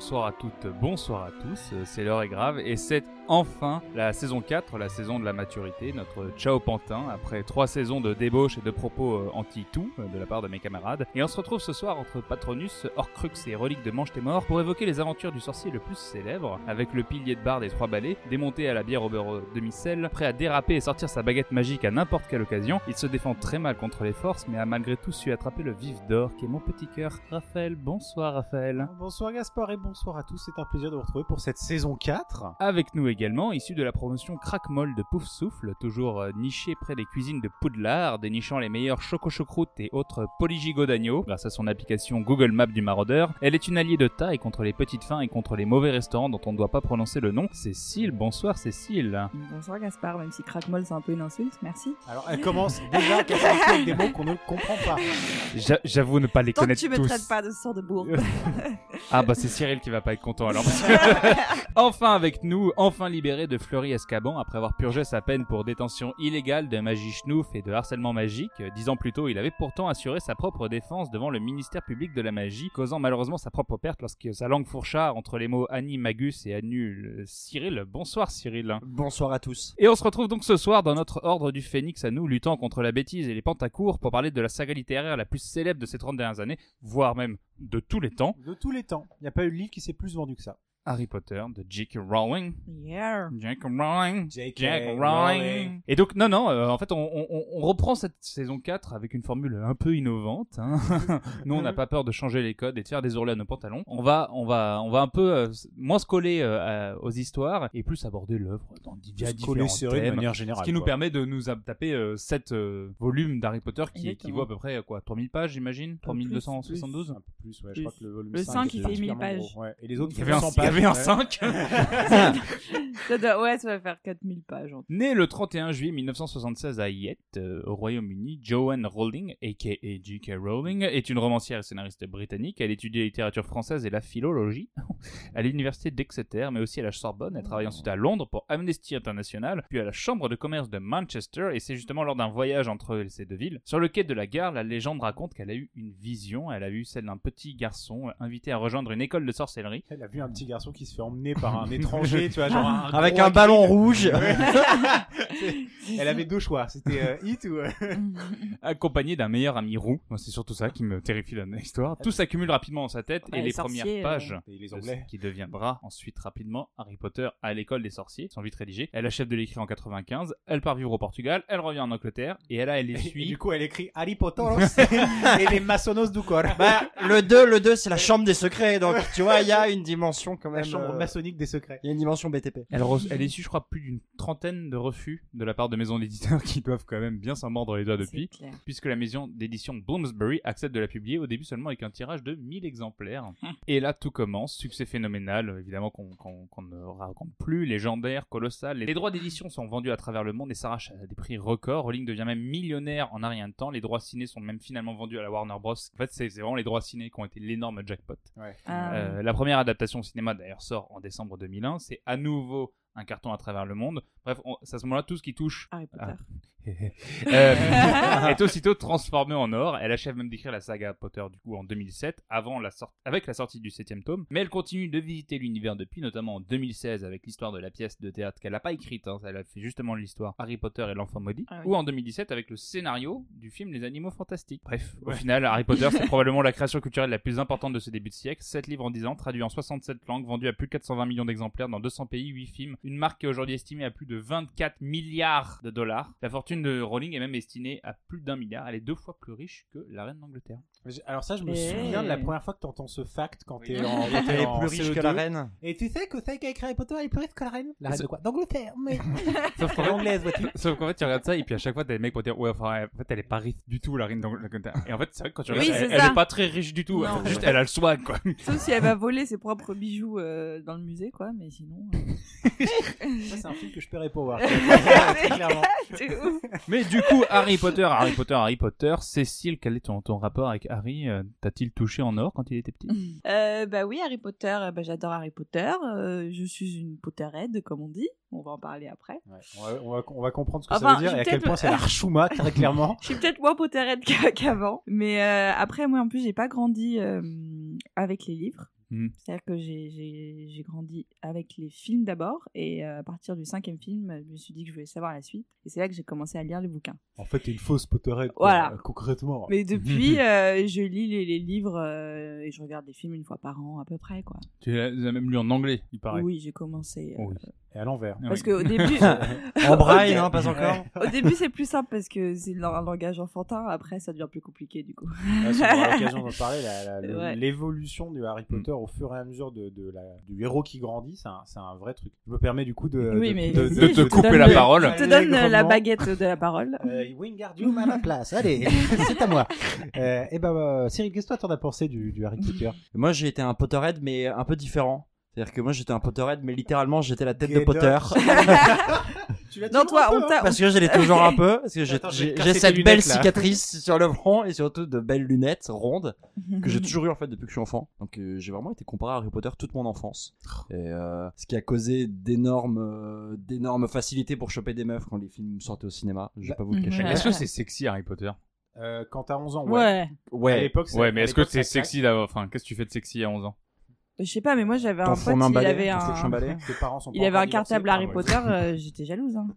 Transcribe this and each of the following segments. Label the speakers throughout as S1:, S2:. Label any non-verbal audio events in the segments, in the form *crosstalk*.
S1: Bonsoir à toutes, bonsoir à tous, euh, c'est l'heure est grave et c'est enfin la saison 4, la saison de la maturité, notre ciao pantin après trois saisons de débauche et de propos euh, anti-tout euh, de la part de mes camarades. Et on se retrouve ce soir entre Patronus, Horcrux et Relique de Mange tes morts pour évoquer les aventures du sorcier le plus célèbre, avec le pilier de barre des trois balais, démonté à la bière au beurre euh, demi-sel, prêt à déraper et sortir sa baguette magique à n'importe quelle occasion. Il se défend très mal contre les forces mais a malgré tout su attraper le vif d'or qui est mon petit cœur. Raphaël, bonsoir Raphaël.
S2: Bonsoir Gaspard et bonsoir à tous, c'est un plaisir de vous retrouver pour cette saison 4.
S1: Avec nous également, issu de la promotion Crackmoll de Pouf Souffle, toujours euh, niché près des cuisines de Poudlard, dénichant les meilleurs choco-chocroutes et autres polygigots d'agneau grâce à son application Google Maps du maraudeur. Elle est une alliée de taille contre les petites fins et contre les mauvais restaurants dont on ne doit pas prononcer le nom. Cécile, bonsoir Cécile.
S3: Bonsoir Gaspard, même si crackmol c'est un peu une insulte, merci.
S2: Alors elle commence déjà
S3: *laughs*
S2: qu'elle s'en fout avec des mots qu'on ne comprend pas.
S1: J'a- J'avoue ne pas les
S3: Tant que
S1: connaître
S3: tu me
S1: tous.
S3: traites pas de ce sort de bourre.
S1: Ah bah c'est Cyril qui va pas être content alors. parce que- enfin avec nous, enfin libéré de Fleury Escaban après avoir purgé sa peine pour détention illégale de magie schnouf et de harcèlement magique. Euh, Dix ans plus tôt, il avait pourtant assuré sa propre défense devant le ministère public de la magie, causant malheureusement sa propre perte lorsque sa langue fourcha entre les mots Annie Magus et Annul euh, Cyril. Bonsoir Cyril.
S4: Bonsoir à tous.
S1: Et on se retrouve donc ce soir dans notre ordre du phénix à nous, luttant contre la bêtise et les pantacours pour parler de la saga littéraire la plus célèbre de ces 30 dernières années, voire même de tous les temps.
S2: De tous les temps, il n'y a pas eu de livre qui s'est plus vendu que ça.
S1: Harry Potter de J.K. Rowling.
S3: *laughs* Yeah.
S1: J.K. Rowling.
S2: J.K.
S1: J.K.
S2: Rowling.
S1: Rowling. Et donc, non, non, euh, en fait, on, on- on reprend cette saison 4 avec une formule un peu innovante. hein. *laughs* Nous, on n'a pas peur de changer les codes et de faire des ourlets à nos pantalons. On va, on va, on va un peu euh, s- moins se coller euh, à- aux histoires et plus aborder l'œuvre dans di- via différents
S2: serré de
S1: thèmes.
S2: manière générale.
S1: Ce qui nous
S2: quoi.
S1: permet de nous ab- taper 7 euh, volumes d'Harry Potter qui, qui
S3: Exactement.
S1: vaut à peu près euh, quoi 3000 pages, j'imagine
S3: peu plus,
S1: 3272
S2: Un peu plus, ouais, je crois que le volume
S3: Le
S2: 5,
S3: cinq, il
S2: est
S3: fait mille
S2: particulièrement
S3: pages.
S2: gros, ouais. Et les autres,
S1: Il y avait un,
S2: font 100
S1: il y
S2: pages,
S1: avait un
S2: ouais.
S1: 5
S3: Ça doit- ouais, ça va faire 4000 pages. en tout.
S1: Né le 31 juillet 1976 à Yette, euh, au Royaume-Uni, Joanne Rowling, aka J.K. Rowling, est une romancière et scénariste britannique. Elle étudie la littérature française et la philologie *laughs* à l'université d'Exeter, mais aussi à la Sorbonne. Elle travaille ensuite à Londres pour Amnesty International, puis à la Chambre de commerce de Manchester, et c'est justement lors d'un voyage entre ces deux villes. Sur le quai de la gare, la légende raconte qu'elle a eu une vision. Elle a eu celle d'un petit garçon euh, invité à rejoindre une école de sorcellerie.
S2: *laughs* Elle a vu un petit garçon qui se fait emmener par un étranger, tu vois, genre un
S4: Avec
S2: gros
S4: un ballon
S2: kid. *laughs*
S4: rouge.
S2: Ouais. Elle
S3: *laughs*
S2: avait deux choix, c'était euh, hit ou. euh,
S3: Mmh.
S1: accompagné d'un meilleur ami roux. Moi, C'est surtout ça qui me terrifie dans l'histoire. Tout s'accumule rapidement dans sa tête
S3: Bah,
S1: et
S3: les
S1: les,
S3: sorciers,
S1: premières
S3: euh,
S1: pages
S2: *laughs* Et les
S1: de
S2: anglais.
S1: ce qui deviendra ensuite rapidement Harry Potter à l'école des sorciers sont vite rédigées. Elle achève de l'écrire en 95, elle part vivre au Portugal, elle revient en Angleterre et là
S2: *laughs*
S1: elle
S2: Et,
S1: est
S2: et
S1: suit.
S2: du coup, elle écrit Harry *laughs* Potter et les maçonnos du corps.
S4: Bah, le 2, le 2, c'est la chambre des secrets. Donc, tu vois, il y a une dimension quand
S2: la
S4: même.
S2: chambre
S4: euh,
S2: maçonnique des secrets.
S4: Il y a une dimension BTP.
S1: Elle, reço- elle essuie, je crois, plus d'une trentaine de refus de la part de maisons d'éditeurs *laughs* qui doivent quand même bien s'en mordre les doigts depuis,
S3: C'est clair.
S1: puisque la maison d'édition Bloomsbury accepte de la publier au début seulement avec un tirage de 1000 exemplaires. Et là, tout commence, succès phénoménal, euh, évidemment qu'on qu'on- qu'on ne raconte plus, légendaire, colossal. Les droits d'édition sont vendus à travers le monde et s'arrachent à des prix records. Rowling devient même millionnaire en un rien de temps. Les droits ciné sont même finalement vendus à la Warner Bros. En fait, c'est c'est vraiment les droits ciné qui ont été l'énorme jackpot.
S3: Ah,
S1: Euh, la première adaptation au cinéma d'ailleurs sort en décembre 2001. C'est à nouveau un carton à travers le monde. Bref, on- c'est à ce moment-là tout ce qui touche
S3: Harry Potter.
S1: *laughs* euh, est aussitôt transformée en or. Elle achève même d'écrire la saga Potter du coup en 2007, avant la sorte- avec la sortie du septième tome. Mais elle continue de visiter l'univers depuis, notamment en 2016 avec l'histoire de la pièce de théâtre qu'elle n'a pas écrite. hein. elle a fait justement l'histoire Harry Potter et l'enfant maudit,
S3: Ah oui.
S1: ou en 2017 avec le scénario du film Les Animaux Fantastiques. Bref, au final, Harry Potter *laughs* c'est probablement la création culturelle la plus importante de ce début de siècle. 7 livres en 10 ans, traduits en 67 langues, vendus à plus de 420 millions d'exemplaires dans 200 pays, 8 films. Une marque qui est aujourd'hui estimée à plus de 24 milliards de dollars. La fortune de Rowling est même estimée à plus d'un milliard. Elle est deux fois plus riche que la reine d'Angleterre.
S2: J'ai- Alors ça, je me
S3: Eh.
S2: souviens de la première fois que t'entends ce fact quand
S1: Oui.
S2: t'es en, quand
S4: Elle
S2: t'es
S4: est
S2: en
S4: plus riche
S2: CE2.
S4: que la reine.
S2: Et tu sais que celle qui a écrit Harry Potter, elle est plus riche que la reine La
S1: Et
S2: reine
S1: ce-
S2: de quoi D'Angleterre, mais... *laughs*
S1: *laughs* Sauf qu'en
S2: Elle est
S1: fait,
S2: anglaise, vois-tu
S1: sauf qu'en fait, tu regardes ça et puis à chaque fois, t'as des mecs pour dire Ouais, enfin, en fait, elle est pas riche du tout, la reine d'Angleterre. Et en fait, c'est vrai que quand tu
S3: Oui,
S1: regardes,
S3: c'est
S1: elle, elle
S3: ça.
S1: est pas très riche du tout.
S3: Non.
S1: Juste, elle a le swag, quoi.
S3: Sauf si elle va voler ses propres bijoux euh, dans le musée, quoi, mais sinon. euh,
S2: Ça, c'est un film que je paierais pour
S3: *laughs*
S5: *laughs*
S2: voir.
S4: *laughs*
S2: Très clairement.
S3: c'est ouf.
S1: Mais du coup, Harry Potter, Harry Potter, Harry Potter, Cécile, quel est ton, ton rapport avec Harry Euh, T'a-t-il touché en or quand il était petit
S3: Euh, bah oui, Harry Potter, euh, bah, j'adore Harry Potter. euh, je suis une Potterhead, comme on dit. On va en parler après.
S2: Ouais, on, va, on va- on va comprendre ce que
S3: Enfin,
S2: ça veut dire et à
S3: peut-être-
S2: quel point c'est l'archouma, très clairement.
S3: Je suis peut-être moins Potterhead qu'a- qu'avant. Mais euh, après, moi, en plus, j'ai pas grandi euh, avec les livres.
S1: Hmm.
S3: C'est-à-dire que j'ai- j'ai j'ai grandi avec les films d'abord, et euh, à partir du cinquième film, je me suis dit que je voulais savoir la suite. Et c'est là que j'ai commencé à lire les bouquins.
S5: *laughs* En fait, t'es une fausse Potterhead,
S3: Voilà.
S5: quoi, euh, concrètement.
S3: Mais
S1: *laughs*
S3: depuis, euh, je lis les, les livres euh, et je regarde des films une fois par an à peu près, quoi.
S1: Tu l'as tu l'as même lu en anglais, il paraît.
S3: Oui, j'ai commencé. euh,
S1: Oui.
S5: Et
S2: *laughs*
S5: à l'envers.
S1: Ah
S3: Parce
S1: oui.
S3: qu'au
S1: *laughs*
S3: début,
S4: En braille,
S3: Ok.
S2: hein,
S4: non, pas encore.
S3: au début c'est plus simple parce que c'est dans un langage enfantin. Après, ça devient plus compliqué du coup.
S5: Ouais, si on aura l'occasion d'en parler, la- la- le-
S3: Ouais.
S5: l'évolution du Harry
S2: Mm.
S5: Potter au fur et à mesure de, de la- du héros qui grandit, c'est un, c'est un vrai truc. Je me permets du coup de,
S3: Oui,
S5: de,
S3: mais *laughs*
S5: de-
S3: vas-y,
S5: de-
S3: je
S1: te
S5: de
S1: couper
S3: donne
S1: la
S3: le-
S1: parole.
S3: Je te donne euh, la
S5: Allègrement.
S3: baguette de la parole. *laughs*
S5: Euh, Wingardium à ma
S1: *laughs*
S5: place, allez, c'est à moi. Euh, et ben, euh, Cyril, qu'est-ce que toi t'en as pensé du, du Harry Potter
S4: Moi, j'ai été un Potterhead, mais un peu différent. C'est-à-dire que moi, j'étais un Potterhead, mais littéralement, j'étais la tête de
S2: *laughs*
S5: Get
S4: Potter.
S5: tu l'as
S3: Non,
S5: toujours
S3: toi,
S5: un peu, hein
S3: on t'a.
S4: Parce que je l'ai toujours un peu. Parce que j'ai-
S5: Attends, je vais
S4: j'ai
S5: te
S4: j'ai
S5: casser
S4: cette
S5: tes
S4: belle
S5: lunettes, là.
S4: cicatrice sur le front et surtout de belles lunettes rondes que
S3: Mm.
S4: j'ai toujours eu en fait depuis que je suis enfant. Donc euh, j'ai vraiment été comparé à Harry Potter toute mon enfance.
S3: Oh.
S4: Et, euh, ce qui a causé d'énormes euh, d'énormes facilités pour choper des meufs quand les films sortaient au cinéma.
S3: Bah,
S4: Je vais pas vous le cacher.
S3: Ouais.
S1: Est-ce que c'est sexy Harry Potter
S5: hein. Euh, Quand t'as 11 ans, ouais.
S3: Ouais.
S5: À
S4: Ouais.
S5: l'époque, c'est-
S1: Ouais, mais
S5: à
S1: est-ce que
S5: l'époque,
S1: c'est
S5: ça claque.
S1: sexy d'avoir. Enfin, qu'est-ce que tu fais de sexy à 11 ans
S3: Je sais pas, mais moi j'avais
S4: T'en
S3: un
S4: fous
S3: pote,
S4: un
S3: il
S4: balai,
S3: avait
S4: t'en fous un
S3: un,
S4: balai.
S5: Tes parents sont
S3: il
S5: pas
S3: avait un
S5: encore
S3: cartable
S5: divorcés.
S3: Harry
S5: Ah, ouais.
S3: Potter, euh, j'étais jalouse. hein.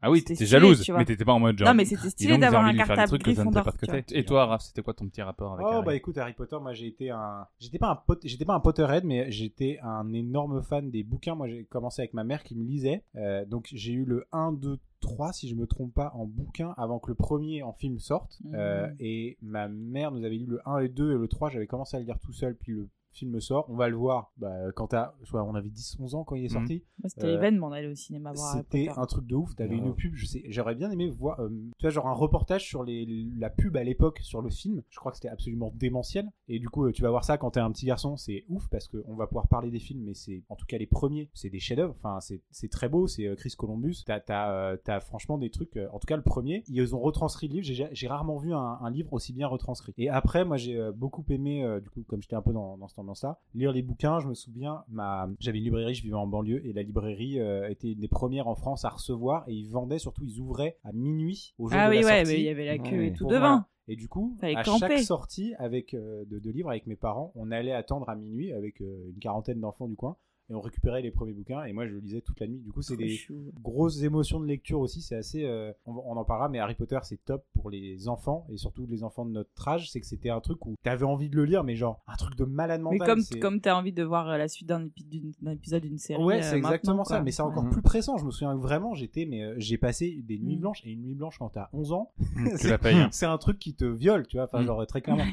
S1: Ah oui,
S3: C'était
S1: t'es
S3: stylé,
S1: jalouse,
S3: tu vois.
S1: mais t'étais pas en mode genre.
S3: Non, mais c'était
S1: dis
S3: stylé
S1: donc, j'ai
S3: d'avoir un
S1: envie de lui faire des
S3: cartable
S1: trucs que ça ne
S3: Gryffondor.
S1: tape pas de
S3: tu vois.
S1: côté. Et toi, Raph, c'était quoi ton petit rapport avec
S5: Oh
S1: Harry
S5: bah écoute Harry Potter moi j'ai été un j'étais pas un pot... j'étais pas un Potterhead mais j'étais un énorme fan des bouquins moi j'ai commencé avec ma mère qui me lisait Euh, donc j'ai eu le 1 2 3 si je me trompe pas en bouquin avant que le premier en film sorte
S1: Mmh.
S3: Mhm.
S5: Euh, et ma mère nous avait lu le 1 et 2 et le 3 j'avais commencé à le lire tout seul puis le film sort on va le voir bah, quand t'as soit on avait 10 11 ans quand il est
S1: Mhm.
S5: sorti
S3: Moi, c'était
S5: Euh,
S3: l'événement d'aller au cinéma voir Harry
S5: c'était
S3: Potter.
S5: un truc de ouf. T'avais
S4: Ouais.
S5: une pub, je sais, j'aurais bien aimé voir, euh, tu vois, genre un reportage sur les, la pub à l'époque sur le film. Je crois que c'était absolument démentiel. Et du coup, euh, tu vas voir ça quand t'es un petit garçon, c'est ouf parce qu'on va pouvoir parler des films, mais c'est, en tout cas, les premiers, c'est des chefs-d'œuvre. Enfin, c'est c'est très beau, c'est euh, Chris Columbus. T'as t'as, euh, t'as franchement des trucs, euh, en tout cas, le premier, ils ont retranscrit le livre. J'ai- J'ai rarement vu un, un livre aussi bien retranscrit. Et après, moi, j'ai euh, beaucoup aimé, euh, du coup, comme j'étais un peu dans, dans cette ambiance-là, lire les bouquins. Je me souviens, ma... j'avais une librairie, je vivais en banlieue, et la librairie euh, était une des premières en France à recevoir, et ils vendaient surtout, ils ouvraient à minuit au jour
S3: Ah
S5: de
S3: oui,
S5: la
S3: ouais,
S5: sortie.
S3: mais il y avait la queue
S4: Ouais.
S3: et tout
S5: Bon,
S3: devant.
S5: voilà. Et du coup,
S3: Fallait
S5: à
S3: camper.
S5: chaque sortie avec euh, de, de livres avec mes parents, on allait attendre à minuit avec euh, une quarantaine d'enfants du coin, et on récupérait les premiers bouquins, et moi, je le lisais toute la nuit. Du coup, c'est
S3: Trop
S5: des
S3: chou.
S5: grosses émotions de lecture aussi. C'est assez. euh, on, on en parlera, mais Harry Potter, c'est top pour les enfants et surtout les enfants de notre âge. C'est que c'était un truc où t'avais envie de le lire, mais genre un truc de malade
S3: Mais
S5: mental.
S3: comme,
S5: c'est-
S3: comme t'as envie de voir euh, la suite d'un épi- d'une- d'un épisode d'une série.
S5: Ouais,
S3: euh,
S5: c'est exactement
S3: maintenant,
S5: ça,
S3: quoi.
S5: mais c'est encore
S4: Mhm.
S5: plus pressant. Je me souviens que vraiment, j'étais, mais euh, j'ai passé des nuits
S3: Mhm.
S5: blanches et une nuit blanche quand t'as 11 ans.
S4: Mm,
S5: *laughs*
S1: Potter Tu
S5: c'est-
S1: la payes. hein.
S5: C'est un truc qui te viole, tu vois, enfin,
S1: Mhm.
S5: genre très
S3: *laughs*
S5: clairement.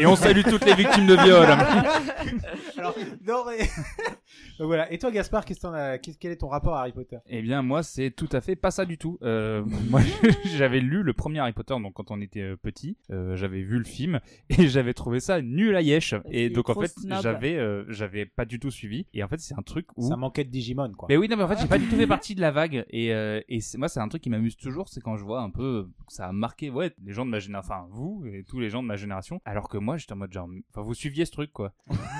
S1: Et on salue toutes les victimes de
S5: *laughs*
S1: viol. hein.
S5: Alors, *laughs* non, mais. Donc voilà. Et toi, Gaspard, qu'est-ce que t'en as- qu'est- quel est ton rapport à Harry Potter
S1: Eh bien, moi, c'est tout à fait pas ça du tout. Euh, *laughs* moi, j'avais lu le premier Harry Potter, donc quand on était euh, petit, euh, j'avais vu le film *laughs* et j'avais trouvé ça nul à yesh. Et
S3: qu'il
S1: donc,
S3: est
S1: en
S3: trop
S1: fait,
S3: snob.
S1: j'avais, euh, j'avais pas du tout suivi. Et en fait, c'est un truc où
S5: Ça manquait de Digimon, quoi.
S1: Mais oui, non, mais en fait, j'ai pas du tout fait partie de la vague. Et, euh, et c'est- moi, c'est un truc qui m'amuse toujours, c'est quand je vois un peu que ça a marqué, ouais, les gens de ma génération, enfin, vous et tous les gens de ma génération, alors que moi, j'étais en mode genre, enfin, vous suiviez ce truc, quoi.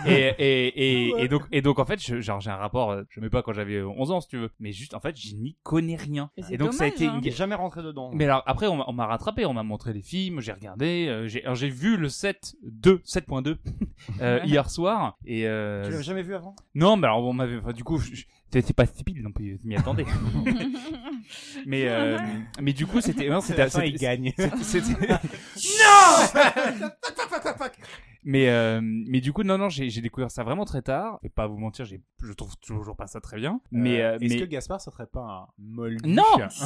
S1: et, et, et,
S5: Ouais.
S1: et, donc, et donc, en fait, je- genre, j'ai un rapport, euh, je mets pas quand j'avais euh, 11 ans, si tu veux, mais juste, en fait, je n'y connais rien.
S3: Mais c'est
S1: Et donc, ça a
S3: dommage,
S1: été une
S3: hein.
S4: Il est
S1: guerre.
S4: jamais rentré dedans.
S1: Mais alors, après, on m'a- on m'a rattrapé, on m'a montré les films, j'ai regardé, euh, j'ai alors, j'ai vu le 7.2, 7.2, *laughs* euh, hier soir, et euh,
S4: Tu l'avais jamais vu avant
S1: non, mais alors on m'avait. Enfin, du coup, je- je- c'était pas stupide non plus, je m'y
S3: *laughs*
S1: attendais. mais, euh, mais du coup, c'était. Non, c'était.
S5: Enfin, il
S1: c'était-
S5: gagne.
S1: c'était- *laughs*
S5: *laughs*
S1: Mais, euh, mais du coup, non, non, j'ai j'ai découvert ça vraiment très tard. Je vais pas vous mentir, j'ai- je trouve toujours pas ça très bien. Mais.
S5: Euh,
S1: euh,
S5: Est-ce
S1: mais-
S5: que Gaspard, ça serait pas un moldu
S1: Non,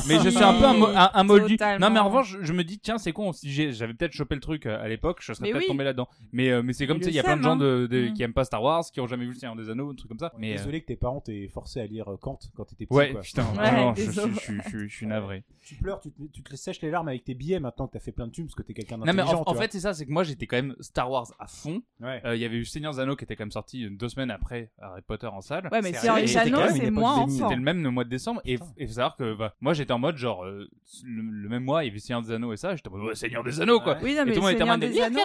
S1: mais je suis un peu un, mo- un, un moldu.
S3: Totalement.
S1: Non, mais en revanche, je, je me dis, tiens, c'est con. Si j'ai- j'avais peut-être chopé le truc euh, à l'époque, je serais
S3: Mais
S1: peut-être
S3: oui.
S1: tombé là-dedans. Mais, euh, mais c'est comme, tu
S3: Mais
S1: sais, il y a
S3: le
S1: plein de
S3: seum,
S1: gens de, de-
S3: hein.
S1: qui aiment pas Seigneur Wars, qui ont jamais vu le Seigneur des Anneaux, un truc comme ça.
S5: On est
S1: Mais, euh,
S5: Désolé que tes parents t'aient forcé à lire euh, Kant quand t'étais petit.
S1: ouais,
S5: quoi.
S1: putain,
S3: Ouais,
S1: vraiment, je, je,
S3: désolé.
S1: je- je- je suis navré.
S5: Tu pleures, tu te, tu te sèches les larmes avec tes billets maintenant que t'as fait plein de thunes parce que t'es quelqu'un
S1: Non mais
S5: d'intelligent.
S1: en,
S5: tu
S1: en
S5: vois.
S1: fait c'est ça, c'est que moi j'étais quand même Star Wars à fond.
S5: Ouais.
S1: Euh, Il y avait eu Seigneur Zano qui était quand même sorti euh, deux semaines après Harry Potter en salle.
S3: Ouais, mais
S5: C'est
S3: c'est en
S1: vrai, c'était quand
S3: Chano,
S1: même
S4: une
S3: c'est
S4: époque
S3: moins
S4: bénie.
S3: enfant.
S1: C'était le même le mois de décembre et,
S5: Putain.
S1: et faut savoir que bah, moi j'étais en mode genre euh, le, le même mois il y avait Seigneur des Anneaux et ça j'étais en mode ouais, Seigneur des Anneaux quoi.
S5: Ouais.
S3: Oui, non,
S1: Et
S3: mais
S1: tout le monde était en
S3: Seigneur
S1: mode,
S3: des Anneaux.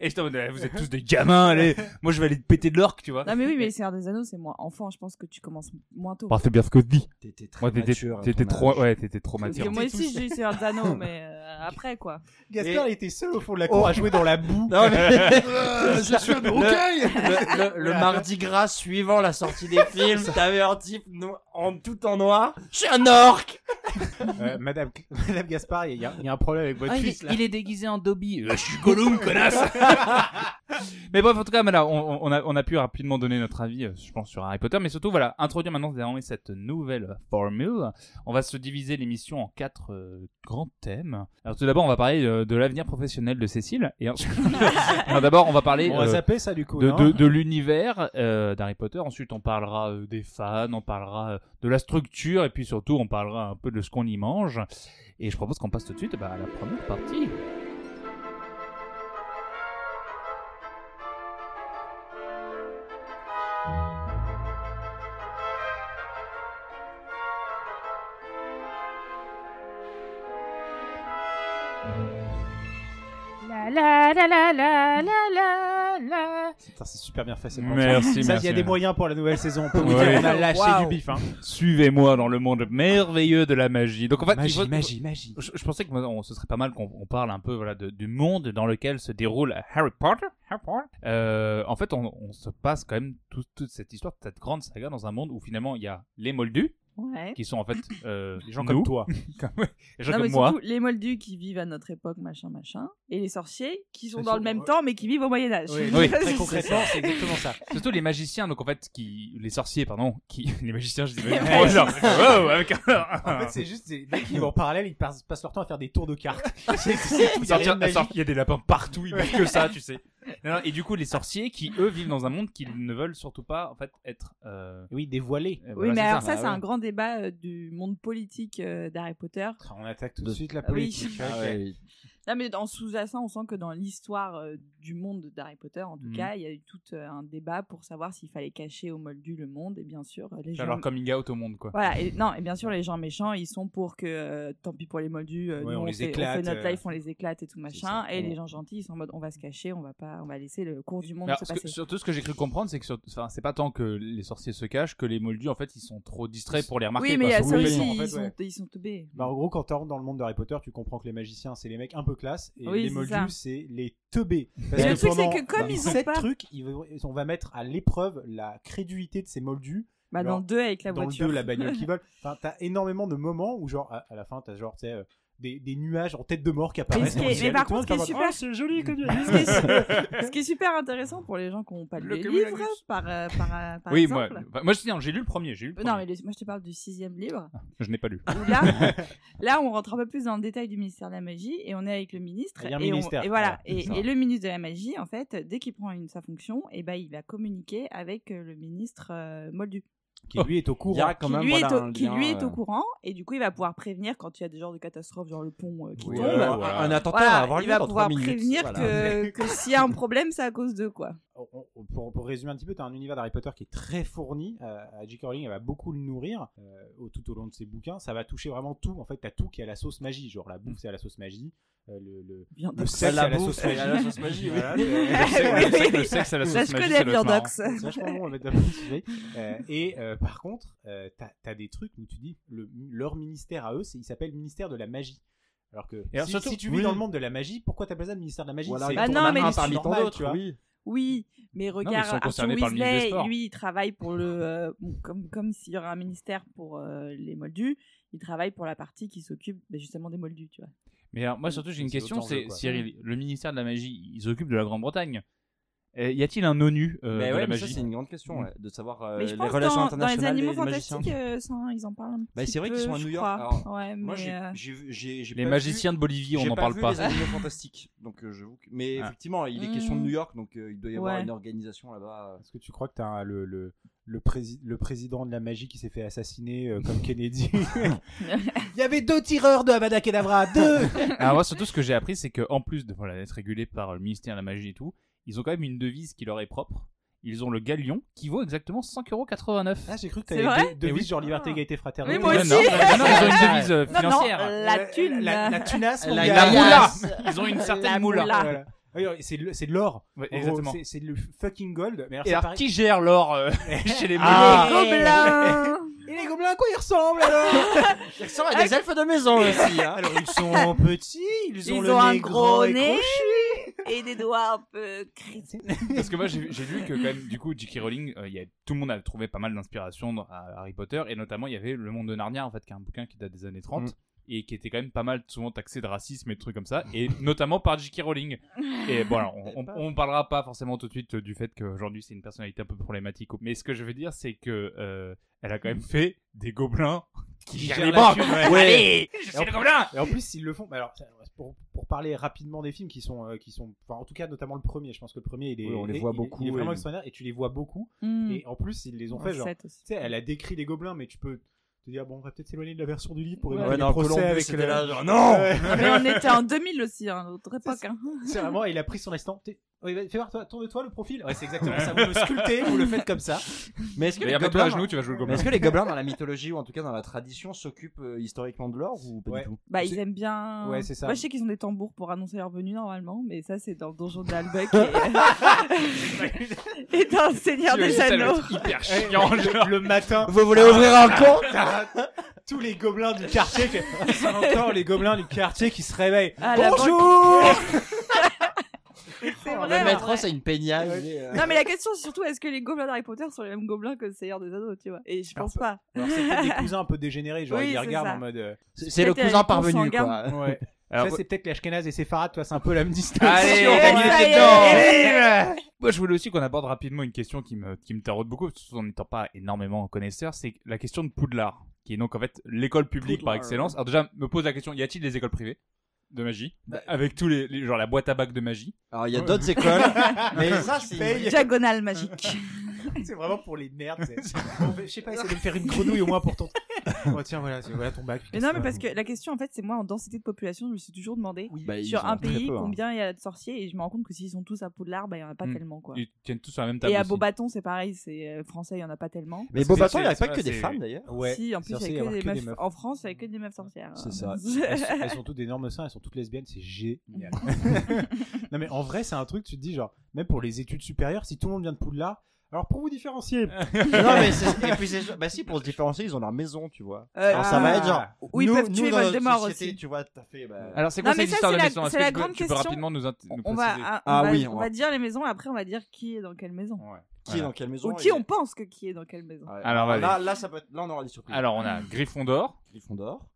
S1: et j'étais en mode ah, vous êtes tous des gamins allez moi je vais aller te péter de l'orque tu vois.
S3: Non, mais oui, mais Seigneur des Anneaux, c'est moins enfant. Je pense que tu commences moins tôt.
S1: Bah, c'est bien ce que je dis.
S4: T'étais très
S1: Moi t'étais
S4: mature à
S1: t'étais
S4: ton
S1: trop
S4: âge.
S1: ouais t'étais trop
S3: Parce
S1: mature.
S3: que moi
S5: T'es
S3: aussi,
S5: tous-
S3: j'ai eu Seigneur des Anneaux, mais euh, après, quoi.
S5: Gaspard il était seul au fond de la cour
S4: Oh.
S5: à jouer dans la boue.
S1: *laughs*
S4: Non, mais-
S3: *laughs*
S4: *laughs*
S3: Euh,
S4: C'est sûr, de Le, le- le mardi gras suivant la
S3: *laughs*
S4: sortie des films, t'avais un type no- en, tout en noir. Je suis un orc
S5: Euh, Madame, Madame Gaspard, il y, a- il y a un problème avec votre
S1: Ah, il,
S5: fils
S1: est,
S5: là.
S1: il est déguisé en Dobby. Euh, je suis *laughs* Gollum, connasse. mais bref, en tout cas, voilà, on, on a, on a pu rapidement donner notre avis, euh, je pense, sur Harry Potter. Mais surtout, voilà, introduire maintenant désormais cette nouvelle formule. On va se diviser l'émission en quatre euh, grands thèmes. Alors tout d'abord, on va parler euh, de l'avenir professionnel de Cécile. Et ensuite, *laughs* Non, d'abord, on va parler.
S5: On va
S1: euh,
S5: zapper ça du coup.
S1: de,
S5: non
S1: de- de l'univers euh, d'Harry Potter. Ensuite, on parlera euh, des fans, on parlera euh, de la structure, et puis surtout, on parlera un peu de ce qu'on y mange. Et je propose qu'on passe tout de suite bah, à la première partie.
S6: La la la la la la la la.
S5: Putain, C'est super bien fait. c'est bon.
S1: Merci,
S5: Ça, il
S1: merci.
S5: y a des moyens pour la nouvelle saison. On peut vous
S1: Ouais.
S5: dire, on a lâché
S4: Waouh.
S5: du bif. Hein.
S1: Suivez-moi dans le monde merveilleux de la magie. Donc, en fait, il faut-
S5: magie.
S1: Je, je pensais que on- ce serait pas mal qu'on on parle un peu voilà, de- du monde dans lequel se déroule Harry Potter. Harry Potter. Euh, en fait, on, on se passe quand même tout- toute cette histoire, cette grande saga dans un monde où finalement il y a les Moldus,
S3: Ouais.
S1: qui sont en *laughs* fait euh,
S5: Des gens
S1: nous.
S5: comme toi.
S1: Les gens *laughs*
S3: Non,
S1: comme
S3: mais
S1: moi.
S3: surtout, les moldus qui vivent à notre époque, machin, machin, et les sorciers qui sont
S5: Ils
S3: dans
S5: sont-
S3: le même
S5: ouais.
S3: temps mais qui vivent au Moyen-Âge. *laughs*
S5: Oui,
S1: Oui.
S5: Très concrètement, c'est exactement ça.
S1: Surtout les magiciens, donc en fait, qui, les sorciers, pardon, qui, *laughs* les magiciens, je dis,
S3: Les
S1: Oh,
S3: magiciens.
S1: *laughs* genre, wow, avec un- *laughs*
S5: En fait, c'est juste des mecs qui vont en parallèle, ils passent, passent leur temps à faire des tours
S1: *laughs*
S5: de cartes. C'est c'est tout.
S1: Ils
S5: y a rien
S1: sortirent-
S5: de
S1: elles
S5: magique.
S1: sortent, il y a des lapins partout, ils mangent que ça, tu sais. Non, non, et du coup, les sorciers qui, eux, vivent dans un monde qu'ils ne veulent surtout pas, en fait, être. euh,
S5: Oui, dévoilés.
S1: euh,
S3: Oui,
S1: voilà,
S3: mais
S1: c'est
S3: alors
S1: ça.
S3: ça, ben Ah c'est un grand débat euh, du monde politique euh, d'Harry Potter.
S5: On attaque tout de
S4: De-
S5: suite la
S3: Ah oui. *laughs*
S5: politique.
S4: Ah
S5: ok.
S4: ouais.
S3: Non, mais en sous-jacent, on sent que dans l'histoire euh, du monde d'Harry Potter, en tout
S1: Mhm.
S3: cas, il y a eu tout euh, un débat pour savoir s'il fallait cacher aux Moldus le monde, et bien sûr, euh, les
S1: C'est
S3: gens.
S1: leur coming out au monde, quoi.
S3: Voilà, et, non, et bien sûr, les gens méchants, ils sont pour que, euh, tant pis pour les moldus, euh,
S5: Ouais,
S3: nous,
S5: on
S3: on,
S5: les
S3: fait, on
S5: éclate,
S3: fait notre
S5: euh.
S3: life, on les éclate et tout machin.
S4: ça.
S3: Et
S4: On-
S3: les gens gentils, ils sont en mode, on va se cacher, on va pas, on va laisser le cours du monde
S1: Alors,
S3: se
S1: ce que-
S3: passer.
S1: surtout, ce que j'ai cru comprendre, c'est que sur- enfin, c'est pas tant que les sorciers se cachent que les Moldus, en fait, ils sont trop distraits pour les remarquer.
S3: oui, mais il y
S1: quoi.
S3: a
S5: sont
S3: ça
S5: oui,
S3: aussi,
S5: en fait,
S3: ils, sont,
S5: ouais.
S3: ils sont teubés.
S5: Bah, en gros, quand tu rentres dans le monde d'Harry Potter, tu comprends que les magiciens, c'est les mecs un peu classe, et
S3: Oui,
S5: les
S3: c'est ça.
S5: moldus, c'est les teubés.
S3: Mais le truc, c'est que comme ils ont
S5: sept
S3: pas-
S5: trucs, ils vont- on va mettre à l'épreuve la crédulité de ces moldus,
S3: Bah, dans
S5: Alors,
S3: le 2 avec la
S5: dans
S3: voiture.
S5: le 2, la bagnole
S3: *laughs*
S5: qui vole. Enfin, t'as énormément de moments où, genre, à, à la fin, t'as genre, tu sais, euh, des, des nuages en tête de mort qui apparaissent.
S3: ce qui
S5: dans
S3: est-
S5: le ciel,
S3: mais par
S5: et tout le
S3: contre,
S5: monde
S3: ce qui est super-
S5: fait, Oh,
S3: *laughs*
S5: c'est joli comme
S3: ce, qui est,
S5: *laughs*
S3: ce qui est super intéressant pour les gens qui n'ont pas lu
S1: Le
S3: les
S1: cumulus.
S3: livres, par, euh, par, euh, par
S1: Oui, moi,
S3: exemple.
S1: bah, moi, je- non, j'ai lu le premier, j'ai lu le
S3: Euh, Non,
S1: premier.
S3: mais le- moi je te parle du sixième livre.
S1: Je n'ai pas
S3: *laughs*
S1: lu.
S3: où là,
S4: *laughs*
S3: là, on rentre un peu plus dans le détail du ministère de la magie et on est avec le ministre.
S5: Il y a un
S3: et, on-
S5: ministère,
S3: et voilà.
S5: voilà,
S3: Et,
S5: c'est ça.
S3: et le ministre de la magie, en fait, dès qu'il prend une, sa fonction, et ben, il va communiquer avec euh, le ministre euh, Moldu.
S5: Qui lui est au
S4: Il y
S5: courant.
S4: a Ah, quand
S3: qui
S4: même
S3: lui,
S4: voilà,
S3: est, au,
S4: un
S3: qui
S4: lien,
S3: lui est
S4: euh,
S3: au courant et du coup, il va pouvoir prévenir quand il y a des genres de catastrophes, genre le pont euh, qui
S4: oui,
S3: tombe.
S4: voilà,
S1: Voilà.
S4: Un attentat
S3: Voilà,
S4: à avoir
S3: il
S4: lieu
S3: va
S4: dans
S3: pouvoir
S4: 3 minutes.
S3: prévenir
S4: Voilà.
S3: que, que s'il y a un problème, c'est à cause d'eux, quoi.
S5: On- on- Oh, pour, pour résumer un petit peu, tu as un univers d'Harry Potter qui est très fourni. Euh, à J.K. Rowling, elle va beaucoup le nourrir euh, au- tout au long de ses bouquins. Ça va toucher vraiment tout. En fait, tu as tout qui est à la sauce magie. Genre la
S1: Mm.
S5: bouffe, c'est à la sauce magie. Euh, le, le-
S3: Bien
S5: le
S4: Ça,
S5: sexe,
S4: la
S5: à la
S4: bouffe,
S5: sauce
S4: c'est
S5: magie.
S4: à la sauce
S5: *laughs*
S4: magie, Euh, oui.
S5: Voilà, c'est-
S1: Je sais-
S4: *laughs*
S1: je sais que le
S3: oui.
S1: sexe à la
S3: Ça,
S1: sauce
S3: je
S1: magie,
S3: connais
S1: ça doit être marrant.
S3: Biondox.
S5: C'est vachement bon à mettre dans le sujet. Euh, et euh, par contre, euh, t'as as des trucs où tu dis le- leur ministère à eux, c'est il s'appelle ministère de la magie. Alors que
S1: alors
S5: si,
S1: surtout-
S5: si tu vis
S1: oui.
S5: dans le monde de la magie, pourquoi t'appelles ça le ministère de la magie
S4: Voilà,
S5: C'est
S4: il
S3: Bah
S4: tourne
S3: non,
S4: un
S3: mais
S4: nain
S3: les-
S4: parmi
S5: c'est
S4: tant
S5: normal, tu
S4: d'autres,
S5: vois.
S4: oui.
S3: Oui, mais
S1: mais ils
S3: regarde,
S1: sont
S3: Arthur
S1: concernés par le ministre des
S3: Weasley,
S1: Sports.
S3: lui, il travaille pour le, euh, bon, comme comme s'il y aurait un ministère pour euh, les Moldus, il travaille pour la partie qui s'occupe ben, justement des Moldus, tu vois.
S1: Mais alors, moi, surtout, j'ai une
S5: C'est
S1: question
S5: autant jeu,
S1: c'est
S5: quoi.
S1: Cyril, le ministère de la magie, ils occupent de la Grande-Bretagne. Euh, y a-t-il un ONU euh,
S4: mais
S1: de
S4: ouais,
S1: la
S4: mais ça,
S1: magie
S4: c'est une grande question, ouais, de savoir euh,
S3: mais
S4: les
S3: je pense
S4: relations
S3: dans, dans les
S4: internationales
S3: animaux
S4: et les magiciens.
S3: fantastiques, euh, ça, ils en parlent. un
S4: Bah,
S3: petit
S4: c'est vrai qu'ils
S3: peu,
S4: sont à
S3: je
S4: New York.
S3: crois.
S4: Alors,
S3: Ouais, mais,
S4: Moi, j'ai
S3: euh,
S4: j'ai vu- j'ai- j'ai
S1: Les
S4: pas
S1: magiciens de Bolivie, on
S4: J'ai
S1: n'en
S4: pas
S1: parle
S4: vu
S1: pas.
S4: Les animaux fantastiques. Donc, euh, j'avoue que- Mais
S1: Ah.
S4: effectivement, il est question de New York, donc euh, il doit y avoir
S3: Ouais.
S4: une organisation là-bas.
S5: Est-ce que tu crois que t'as un- le, le, le, prési- le président de la magie qui s'est fait assassiner euh, comme
S3: *laughs*
S5: Kennedy Il y avait deux tireurs de Avada Kedavra, deux
S1: Alors moi, surtout, ce que j'ai appris, c'est qu'en plus de voilà, d'être régulé par le ministère de la Magie et tout, ils ont quand même une devise qui leur est propre. Ils ont le galion qui vaut exactement 5,89€.
S5: *laughs* Ah, j'ai cru que
S3: C'est
S5: t'avais
S3: vrai
S5: deux
S1: Eh oui.
S5: devises genre liberté,
S3: Ah.
S5: égalité, fraternité.
S3: Oui, moi
S1: Ouais,
S3: aussi.
S1: Non, non, ils ont
S3: *laughs*
S1: une devise euh,
S3: Non, non,
S1: financière.
S3: euh, la
S5: Euh,
S3: thune.
S5: La, la thunasse, mon
S4: La-
S5: gars.
S1: la moula
S3: Yes.
S1: Ils ont une certaine
S3: La
S1: moula.
S3: moula.
S5: *laughs* Voilà. Ah, Oui, oui, C'est de- c'est de l'or.
S1: Ouais,
S5: En gros,
S1: exactement.
S5: c'est- C'est le fucking gold. Mais alors,
S1: Et
S5: ça
S1: alors,
S5: paraît-
S1: qui gère l'or euh, *laughs* chez les
S4: Ah.
S1: moulins
S3: Les gobelins
S5: Et les gobelins, à quoi ils ressemblent alors
S4: Ils ressemblent à des elfes de maison aussi.
S5: Alors ils sont petits, ils ont
S3: Ils
S5: le
S3: ont un
S5: nez
S3: gros
S5: grand et
S3: nez.
S5: crochu.
S3: et des doigts un peu critiques.
S1: Parce que moi, j'ai j'ai vu que, quand même, du coup, J.K. Rowling, euh, il y a, tout le monde a trouvé pas mal d'inspiration dans- à Harry Potter, et notamment, il y avait Le Monde de Narnia, en fait, qui est un bouquin qui date des années
S5: Mm.
S1: 30. Et qui était quand même pas mal souvent taxé de racisme et de trucs comme ça, et notamment par J.K. Rowling. Et bon, alors, on, on, on parlera pas forcément tout de suite euh, du fait qu'aujourd'hui c'est une personnalité un peu problématique, mais ce que je veux dire c'est que euh, elle a quand même fait des gobelins qui gèrent les banques. Allez, je suis le gobelin.
S5: Et en plus, ils le font. Alors, ça, pour, pour parler rapidement des films qui sont, euh, qui sont, enfin, en tout cas, notamment le premier. Je pense que le premier, il est,
S4: Oui, on les
S5: il est-
S4: voit
S5: il est-
S4: beaucoup,
S5: Il est vraiment
S4: et-
S5: extraordinaire et tu les vois beaucoup.
S3: Mmh.
S5: Et en plus, ils les ont fait genre. Tu sais, elle a décrit les gobelins, mais tu peux te dire bon, on va peut-être s'éloigner de la version du livre pour
S3: Ouais.
S5: éviter
S4: Ouais,
S5: les
S4: non,
S5: procès
S4: Columbus,
S5: avec
S4: c'était
S5: le-
S4: là, genre,
S3: *laughs*
S5: *laughs*
S4: non
S5: Ouais.
S3: Mais on était en 2000 aussi, hein, autre époque. hein.
S5: C'est vraiment, il a pris son instant. T'es- ouais, vas- Fais voir, toi, tourne-toi le profil. Ouais, c'est exactement ça. Vous le sculptez, vous le faites
S3: *laughs*
S5: comme ça.
S4: Mais est-ce que, les
S1: D'ailleurs, mets-toi à
S4: gobelins,
S1: genoux, tu vas jouer le
S4: mais
S1: gobelin.
S4: est-ce que les gobelins dans la mythologie ou en tout cas dans la tradition s'occupent euh, historiquement de l'or ou pas
S5: Ouais.
S4: du tout
S3: Bah,
S5: C'est-
S3: ils aiment bien.
S5: Ouais, c'est ça.
S3: Moi, je sais qu'ils ont des tambours pour annoncer leur venue normalement, mais ça, c'est dans le donjon de l'Albec euh, *laughs* et... et dans le Seigneur
S1: Tu vas
S3: des
S1: juste aller
S3: Anneaux.
S1: être hyper chiant, genre.
S5: Le, le matin, *laughs*
S4: Vous voulez ouvrir un camp
S5: t'as tous les gobelins du quartier. qui- C'est encore les gobelins du quartier qui se réveillent.
S3: Ah, la
S5: Bonjour.
S3: *laughs* C'est vrai,
S4: Le
S3: en
S4: maître,
S3: vrai.
S4: c'est une peignade.
S5: Ouais.
S4: et, euh,
S3: Non, mais la question, c'est surtout est-ce que les gobelins d'Harry Potter sont les mêmes gobelins que le Seigneur des Anneaux, tu vois Et je pense pas.
S5: *laughs* Alors, c'est peut-être des
S3: *laughs*
S5: cousins un peu dégénérés, genre
S3: Oui,
S5: ils les
S3: c'est
S5: regardent
S3: ça.
S5: en mode. euh,
S4: C'est c'est le
S3: Peut-être
S4: cousin
S3: avec ton
S4: parvenu,
S3: sanguin.
S4: quoi.
S5: Ouais.
S1: Alors,
S5: ça, c'est peut-être l'Ashkenaz et Sepharad, toi, c'est un peu la même distinction.
S1: Allez,
S3: on
S1: on
S5: *laughs*
S3: va y aller
S1: dedans. Moi, je voulais aussi qu'on aborde rapidement une question qui me, qui me taraude beaucoup, tout en n'étant pas énormément connaisseur, c'est la question de Poudlard, qui est donc en fait l'école publique par
S4: Poudlard.
S1: excellence. Alors déjà, me pose la question, y a-t-il des écoles privées de magie
S4: Bah,
S1: Avec tous les, les- genre la boîte à bac de magie
S4: Alors, il y a d'autres écoles, *laughs* mais ça, c'est.
S3: Diagonale magique.
S5: C'est vraiment pour les nerds. c'est- *laughs* Bon, je sais pas, essaie de me faire une grenouille au moins pour *laughs* ton. Oh, tiens, voilà, c'est- voilà ton bac.
S3: Mais non, mais parce que la question, en fait, c'est moi, en densité de population, je me suis toujours demandé
S4: Bah, ils
S3: sur
S4: ont
S3: un
S4: très
S3: pays
S4: peu, hein.
S3: combien il y a de sorciers, et je me rends compte que s'ils sont tous à Poudlard, bah, il y en a pas
S1: Mm.
S3: tellement, quoi.
S1: Ils tiennent tous sur la même table.
S3: Et à
S1: aussi.
S3: Beaubaton, c'est pareil, c'est euh, français, il y en a pas tellement.
S4: Mais
S1: Parce que
S4: Beaubaton,
S1: c'est-
S4: il n'y avait pas
S1: c'est-
S4: que des
S1: c'est-
S4: femmes *laughs* d'ailleurs.
S5: Ouais,
S3: si, en plus,
S5: censé
S3: il y
S5: y
S3: a que des
S5: avoir
S3: meufs.
S5: meufs.
S3: En France, il y a que des meufs sorcières. hein.
S4: C'est ça.
S3: *laughs*
S5: Elles sont, elles sont toutes d'énormes seins, elles sont toutes lesbiennes, c'est génial. non mais en vrai, c'est un truc, tu te dis genre, même pour les études supérieures, si tout le monde vient de Poudlard, alors pour vous
S3: Euh,
S5: différencier,
S4: non, mais *laughs* c'est. Et puis, c'est. Bah, si, pour se différencier, ils ont leur maison, tu vois.
S3: Euh,
S4: Alors, ça va être genre.
S3: Ou ils
S4: nous-
S3: peuvent
S4: nous,
S3: tuer
S4: dans notre
S3: Voldemort
S4: société,
S3: aussi.
S4: Tu vois, t'as fait. bah,
S1: Alors, c'est
S3: Non,
S1: quoi
S3: mais
S1: cette
S3: ça,
S1: histoire
S3: c'est
S1: de
S3: la-
S1: maison Est-ce
S3: c'est
S1: que
S3: la
S1: tu peux-
S3: grande
S1: tu peux
S3: question.
S1: rapidement nous, int- nous
S3: on va,
S1: préciser
S3: ah, on
S4: Ah
S3: va-
S4: oui, on
S3: on
S4: va-
S3: va dire les maisons, après on va dire qui est dans quelle maison.
S1: Ouais.
S4: Qui
S1: Voilà.
S4: est dans quelle maison
S3: Ou qui
S4: et- Ah.
S3: on pense que qui est dans quelle maison.
S4: Ouais.
S1: Alors, allez.
S4: là, là, ça peut être. Là, on aura des surprises.
S1: Alors, on
S3: *laughs*
S1: a Gryffondor. *laughs*
S4: Gryffondor.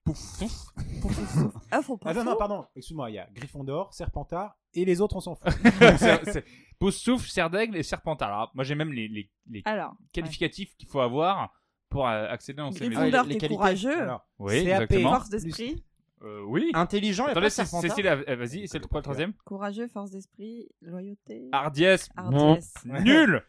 S3: Ah, faut pas.
S5: Ah non, non, pardon, excuse-moi, il y a Gryffondor, Serpentard, et les autres, on s'en
S3: Euh.
S5: fout.
S1: C'est- c'est- Poussoufle, Serre d'Aigle et Serpentard. Alors, moi, j'ai même les, les, les
S3: Alors,
S1: qualificatifs qu'il faut avoir pour euh, accéder dans ces maisons.
S4: Ah,
S3: Gryffondor,
S4: les- les
S3: t'es
S4: qualités.
S3: courageux,
S5: Alors,
S1: Oui,
S5: CAP.
S1: exactement.
S3: force d'esprit,
S1: Euh, oui.
S4: *laughs* Intelligent et
S1: Attendez,
S4: pas
S1: c'est-
S4: Serpentard.
S1: Cécile, euh, vas-y, c'est le- quoi le troisième
S3: courageux, force d'esprit, loyauté,
S1: Hardies.
S3: hardiesse.
S5: *laughs*
S1: Nul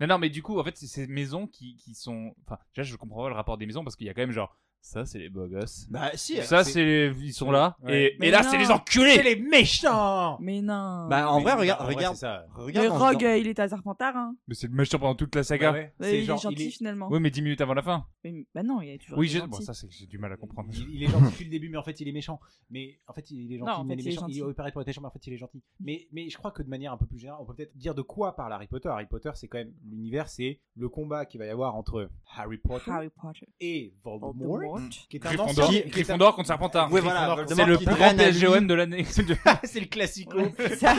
S1: Non, non, mais du coup, en fait, c'est ces maisons qui, qui sont. Enfin, déjà, je comprends pas le rapport des maisons parce qu'il y a quand même genre. Ça, c'est les beaux gosses.
S4: Bah, si.
S1: Ça, c'est. les- Ils sont là.
S5: Ouais.
S1: Et,
S3: Mais
S1: et là,
S3: non.
S1: c'est les
S5: C'est
S1: enculés
S5: les méchants
S3: Mais non.
S4: Bah, en vrai, regarde.
S5: En
S4: regarde,
S5: c'est ça.
S4: regarde
S3: le
S4: dans-
S3: Rogue, euh, il est à Serpentard, hein.
S1: Mais c'est le méchant pendant toute la
S5: Bah
S1: saga.
S5: ouais,
S3: Bah,
S5: c'est
S3: il est
S5: genre,
S3: gentil
S5: il est-
S3: finalement.
S1: Oui, mais 10 minutes avant la fin.
S3: Mais- bah non, il est toujours.
S1: Oui,
S3: été
S1: je...
S3: gentil.
S1: bon, ça, c'est- j'ai du mal à comprendre.
S5: Il, il est gentil depuis le début, mais en fait, il est méchant. Mais en fait, il est gentil,
S3: Non, en
S5: mais
S3: fait,
S5: il
S3: il
S5: est
S3: est
S5: méchant. Il
S3: gentil.
S5: paraît pour être méchant, mais en fait, il est gentil. Mais, mais je crois que de manière un peu plus générale, on peut peut-être dire de quoi parle Harry Potter. Harry Potter, c'est quand même l'univers, c'est le combat qu'il va y avoir entre Harry Potter
S3: Harry Potter.
S5: et Voldemort,
S3: Voldemort.
S5: *laughs* qui est un ancien.
S1: *laughs* Gryffondor,
S5: qui est un-
S1: Gryffondor contre Serpentard.
S4: Ouais, voilà,
S5: Gryffondor,
S1: C'est
S4: Voldemort
S1: le
S4: qui
S1: plus grand
S4: draine à lui.
S1: PSGOM de
S4: *laughs*
S1: l'année.
S5: *laughs* c'est le classico.
S3: C'est ça.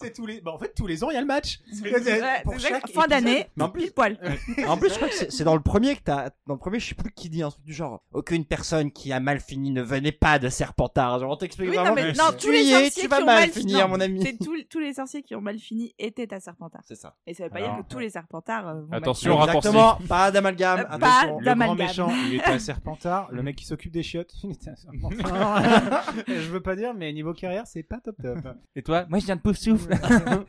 S5: C'est tous les. bah, en fait, tous les ans, il y a le match.
S3: Ouais,
S5: Pour
S3: c'est vrai
S5: chaque
S3: que Fin
S5: épisode.
S3: d'année,
S4: Mais en plus-
S3: pile poil.
S4: En plus, je crois que c'est c'est dans le premier que t'as. Dans le premier, je sais plus qui dit un truc du genre. Aucune personne qui a mal fini ne venait pas de Serpentard. Genre, on t'explique
S3: Oui,
S4: vraiment.
S3: non, mais
S4: que
S3: non,
S4: si
S3: tous
S4: tu
S3: les
S4: y es,
S3: sorciers
S4: tu
S3: qui
S4: vas
S3: ont
S4: mal
S3: mal
S4: finir,
S3: non,
S4: mon ami.
S3: C'est tous- tous les sorciers qui ont mal fini étaient à Serpentard.
S4: C'est ça.
S3: Et ça veut pas
S1: Alors,
S3: dire que tous les Serpentards euh, vont
S1: Attention,
S3: mal
S1: raccourci.
S4: Exactement. Pas d'amalgame.
S3: Euh, pas
S4: attention.
S5: Le grand
S3: D'amalgame.
S5: méchant, il était à Serpentard. Le mec qui s'occupe des chiottes, il était à Serpentard.
S3: *laughs*
S5: Je veux pas dire, mais niveau carrière, c'est pas top top.
S1: Et toi Moi, je viens de Poufsouffle.
S5: Ok,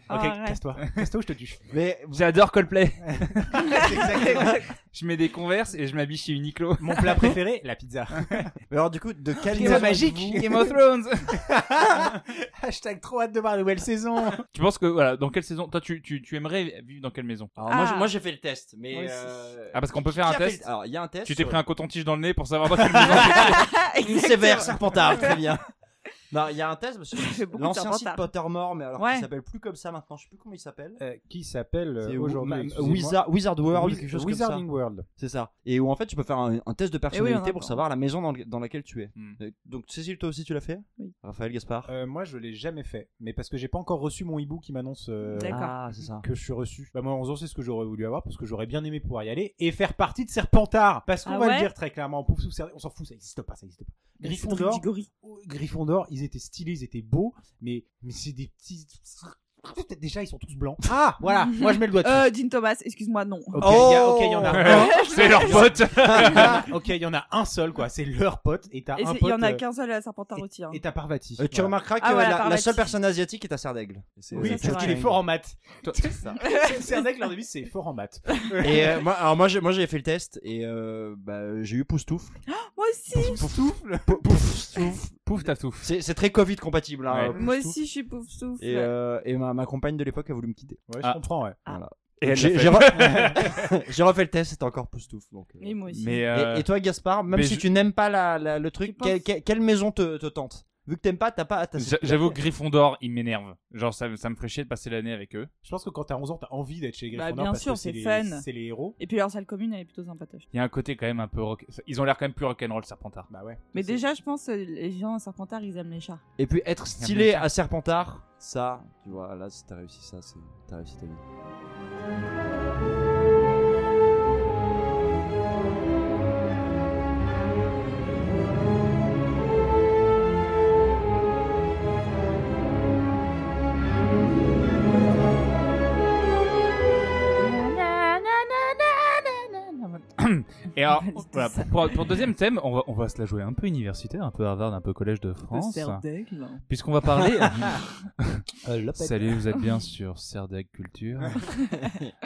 S3: Arrête.
S5: casse-toi. Casse-toi ou je te tue.
S4: Mais
S1: J'adore *laughs* Coldplay.
S5: Exactement.
S1: Je mets des converses et je m'habille chez Uniqlo.
S5: Mon
S4: *laughs*
S5: plat préféré, la pizza.
S4: Mais alors du coup, de quelle
S5: Pizza
S4: maison
S5: magique.
S4: êtes-vous
S1: Game of Thrones
S5: Hashtag trop hâte de voir la nouvelle saison.
S1: *laughs* Tu penses que, voilà, dans quelle saison Toi, tu, tu, tu aimerais vivre dans quelle maison
S4: Alors, moi,
S3: Ah.
S4: je- moi, j'ai fait le test, mais
S3: Moi aussi.
S4: euh,
S1: Ah, parce qu'on peut
S4: qui
S1: faire un
S4: a fait le-
S1: test
S4: Alors il y a un test.
S1: Tu t'es
S4: euh,
S1: *laughs*
S3: *laughs*
S1: pris un coton-tige dans le nez pour savoir dans quelle maison
S3: Exactement. *laughs*
S4: Sévère, Serpentard, très bien. Non, il y a un thème sur
S3: fait beaucoup de
S4: l'ancien site
S3: serpentard.
S4: Pottermore, mais alors
S3: Ouais.
S4: qu'il s'appelle plus comme ça maintenant. Je sais plus comment il s'appelle.
S5: euh, qui s'appelle euh,
S4: C'est
S5: aujourd'hui
S4: Wi-
S5: excusez-moi,
S4: Wizard, Wizard World,
S5: Wiz-
S4: quelque chose comme
S5: Wizarding
S4: ça.
S5: World.
S4: C'est ça. Et où en fait tu peux faire un, un test de
S3: Eh
S4: personnalité
S3: oui, on a-
S4: pour savoir la maison dans, le- dans laquelle tu es.
S1: Hmm.
S4: Et Donc Cécile, toi aussi tu l'as fait
S3: Oui.
S4: Raphaël Gaspard
S5: Euh, moi, je l'ai jamais fait, mais parce que j'ai pas encore reçu mon hibou qui m'annonce euh,
S3: D'accord.
S4: Ah, c'est ça.
S5: que je suis reçu. Bah, moi, 11 ans, c'est ce que j'aurais voulu avoir parce que j'aurais bien aimé pouvoir y aller et faire partie de Serpentard. Parce qu'on
S3: Ah
S5: va
S3: ouais
S5: le dire très clairement, Pouf, Souffle, Serpentard, on s'en fout, ça existe pas, ça existe pas. Gryffondor,
S3: Grigori.
S5: Gryffondor, ils étaient stylés, ils étaient beaux, mais, mais c'est des petits. Déjà, ils sont tous blancs. Ah, voilà, moi je mets le doigt dessus.
S3: Euh, Jean Thomas, excuse-moi, non.
S5: Ok, il y a- ok, il y
S4: *laughs*
S5: en a un. *laughs*
S1: C'est leur pote
S4: Euh,
S5: Ah, ok, il y en a un seul, quoi. C'est leur pote. Et t'as
S3: Et
S5: un
S3: c'est-
S5: pote.
S3: il y en a
S5: euh,
S3: qu'un seul à Serpentard aussi. hein.
S5: Et t'as Parvati.
S4: Euh, tu
S5: Voilà.
S4: remarqueras que
S3: Ah, voilà,
S4: la- la,
S3: Parvati.
S4: seule personne asiatique est à Serdaigle. C'est-
S5: Oui,
S3: Ça,
S5: parce
S3: c'est vrai.
S5: qu'il est fort
S3: *laughs*
S5: en maths.
S4: C'est ça.
S5: C'est un mec, leur début, c'est fort en maths.
S4: Et euh, moi, alors moi, j'ai, moi, j'ai fait le test et euh, bah, j'ai eu Poustoufle.
S3: Moi aussi,
S5: Souffle.
S4: Pou- Poustoufle.
S1: Pouf, t'as tout.
S4: C'est, c'est très Covid compatible. Hein,
S1: Ouais.
S3: moi
S4: Poustoufle.
S3: aussi, je suis pouf souffle.
S4: Et, euh, et ma, ma compagne de l'époque a voulu me quitter.
S5: Ouais, je
S1: Ah.
S5: comprends, ouais.
S1: Et elle
S4: j'ai,
S1: l'a
S4: j'ai
S1: fait.
S5: *laughs*
S4: re- *laughs* j'ai refait le test, c'était encore Poustoufle. Donc, euh.
S3: Et moi aussi.
S1: Mais
S4: Et-
S1: euh,
S4: et, toi, Gaspard, même
S1: mais
S4: si
S1: je-
S4: tu n'aimes pas la, la- le
S3: Tu
S4: truc,
S3: penses-
S4: quelle- quelle- quelle maison te, te tente Vu que t'aimes pas, t'as pas. T'as...
S1: j'a- euh, j'avoue que Gryffondor, il m'énerve. Genre, ça, ça me ferait chier de passer l'année avec eux.
S5: Je pense que quand t'as 11 ans, t'as envie d'être chez
S3: Bah,
S5: Gryffondor.
S3: bien
S5: parce
S3: sûr,
S5: que
S3: c'est
S5: les-
S3: fun.
S5: C'est les héros.
S3: Et puis leur salle commune, elle est plutôt sympatoche.
S1: Il y a un côté quand même un peu rock. Ils ont l'air quand même plus rock'n'roll, Serpentard.
S5: Bah ouais.
S3: Mais déjà, je pense euh, les gens à Serpentard, ils aiment les chats.
S4: Et puis être stylé à Serpentard, ça, tu vois, là, si t'as réussi ça, c'est... t'as réussi ta vie.
S1: Et alors,
S3: valide
S1: voilà,
S3: ça.
S1: pour, pour- pour le deuxième thème, on va, on va se la jouer un peu universitaire, un peu Harvard, un peu Collège de France. Puisqu'on va parler. *laughs*
S4: Euh,
S1: Salut, vous êtes bien sur Serdeg Culture.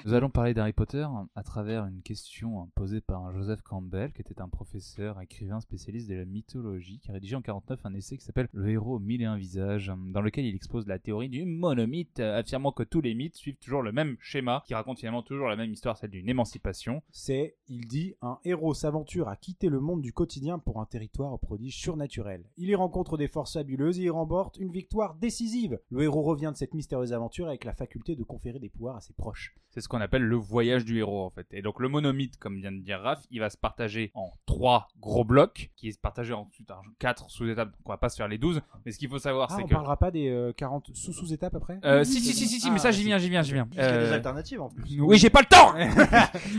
S1: Nous allons parler d'Harry Potter à travers une question posée par un Joseph Campbell, qui était un professeur, écrivain spécialiste de la mythologie, qui a rédigé en 49 un essai qui s'appelle Le héros aux mille et un visages, dans lequel il expose la théorie du monomythe, euh, affirmant que tous les mythes suivent toujours le même schéma, qui raconte finalement toujours la même histoire, celle d'une émancipation.
S5: C'est, il dit, un héros s'aventure à quitter le monde du quotidien pour un territoire aux prodiges surnaturels. Il y rencontre des forces fabuleuses et y remporte une victoire décisive. Le héros revient de cette mystérieuse aventure avec la faculté de conférer des pouvoirs à ses proches.
S1: C'est ce qu'on appelle le voyage du héros en fait. Et donc le monomythe, comme vient de dire Raph, il va se partager en trois gros blocs, qui est partagé ensuite en quatre sous-étapes, donc on va pas se faire les 12. Mais ce qu'il faut savoir,
S5: Ah,
S1: c'est
S5: on
S1: que...
S5: parlera pas des euh, 40 sous-sous-étapes après
S1: Euh, si, si, si, si, si, mais
S4: Ah,
S1: ça j'y
S4: vas-y.
S1: viens, j'y viens, j'y viens.
S4: Parce qu'il y a des
S1: Euh,
S4: alternatives en plus.
S1: oui, j'ai pas le
S4: *laughs*
S1: temps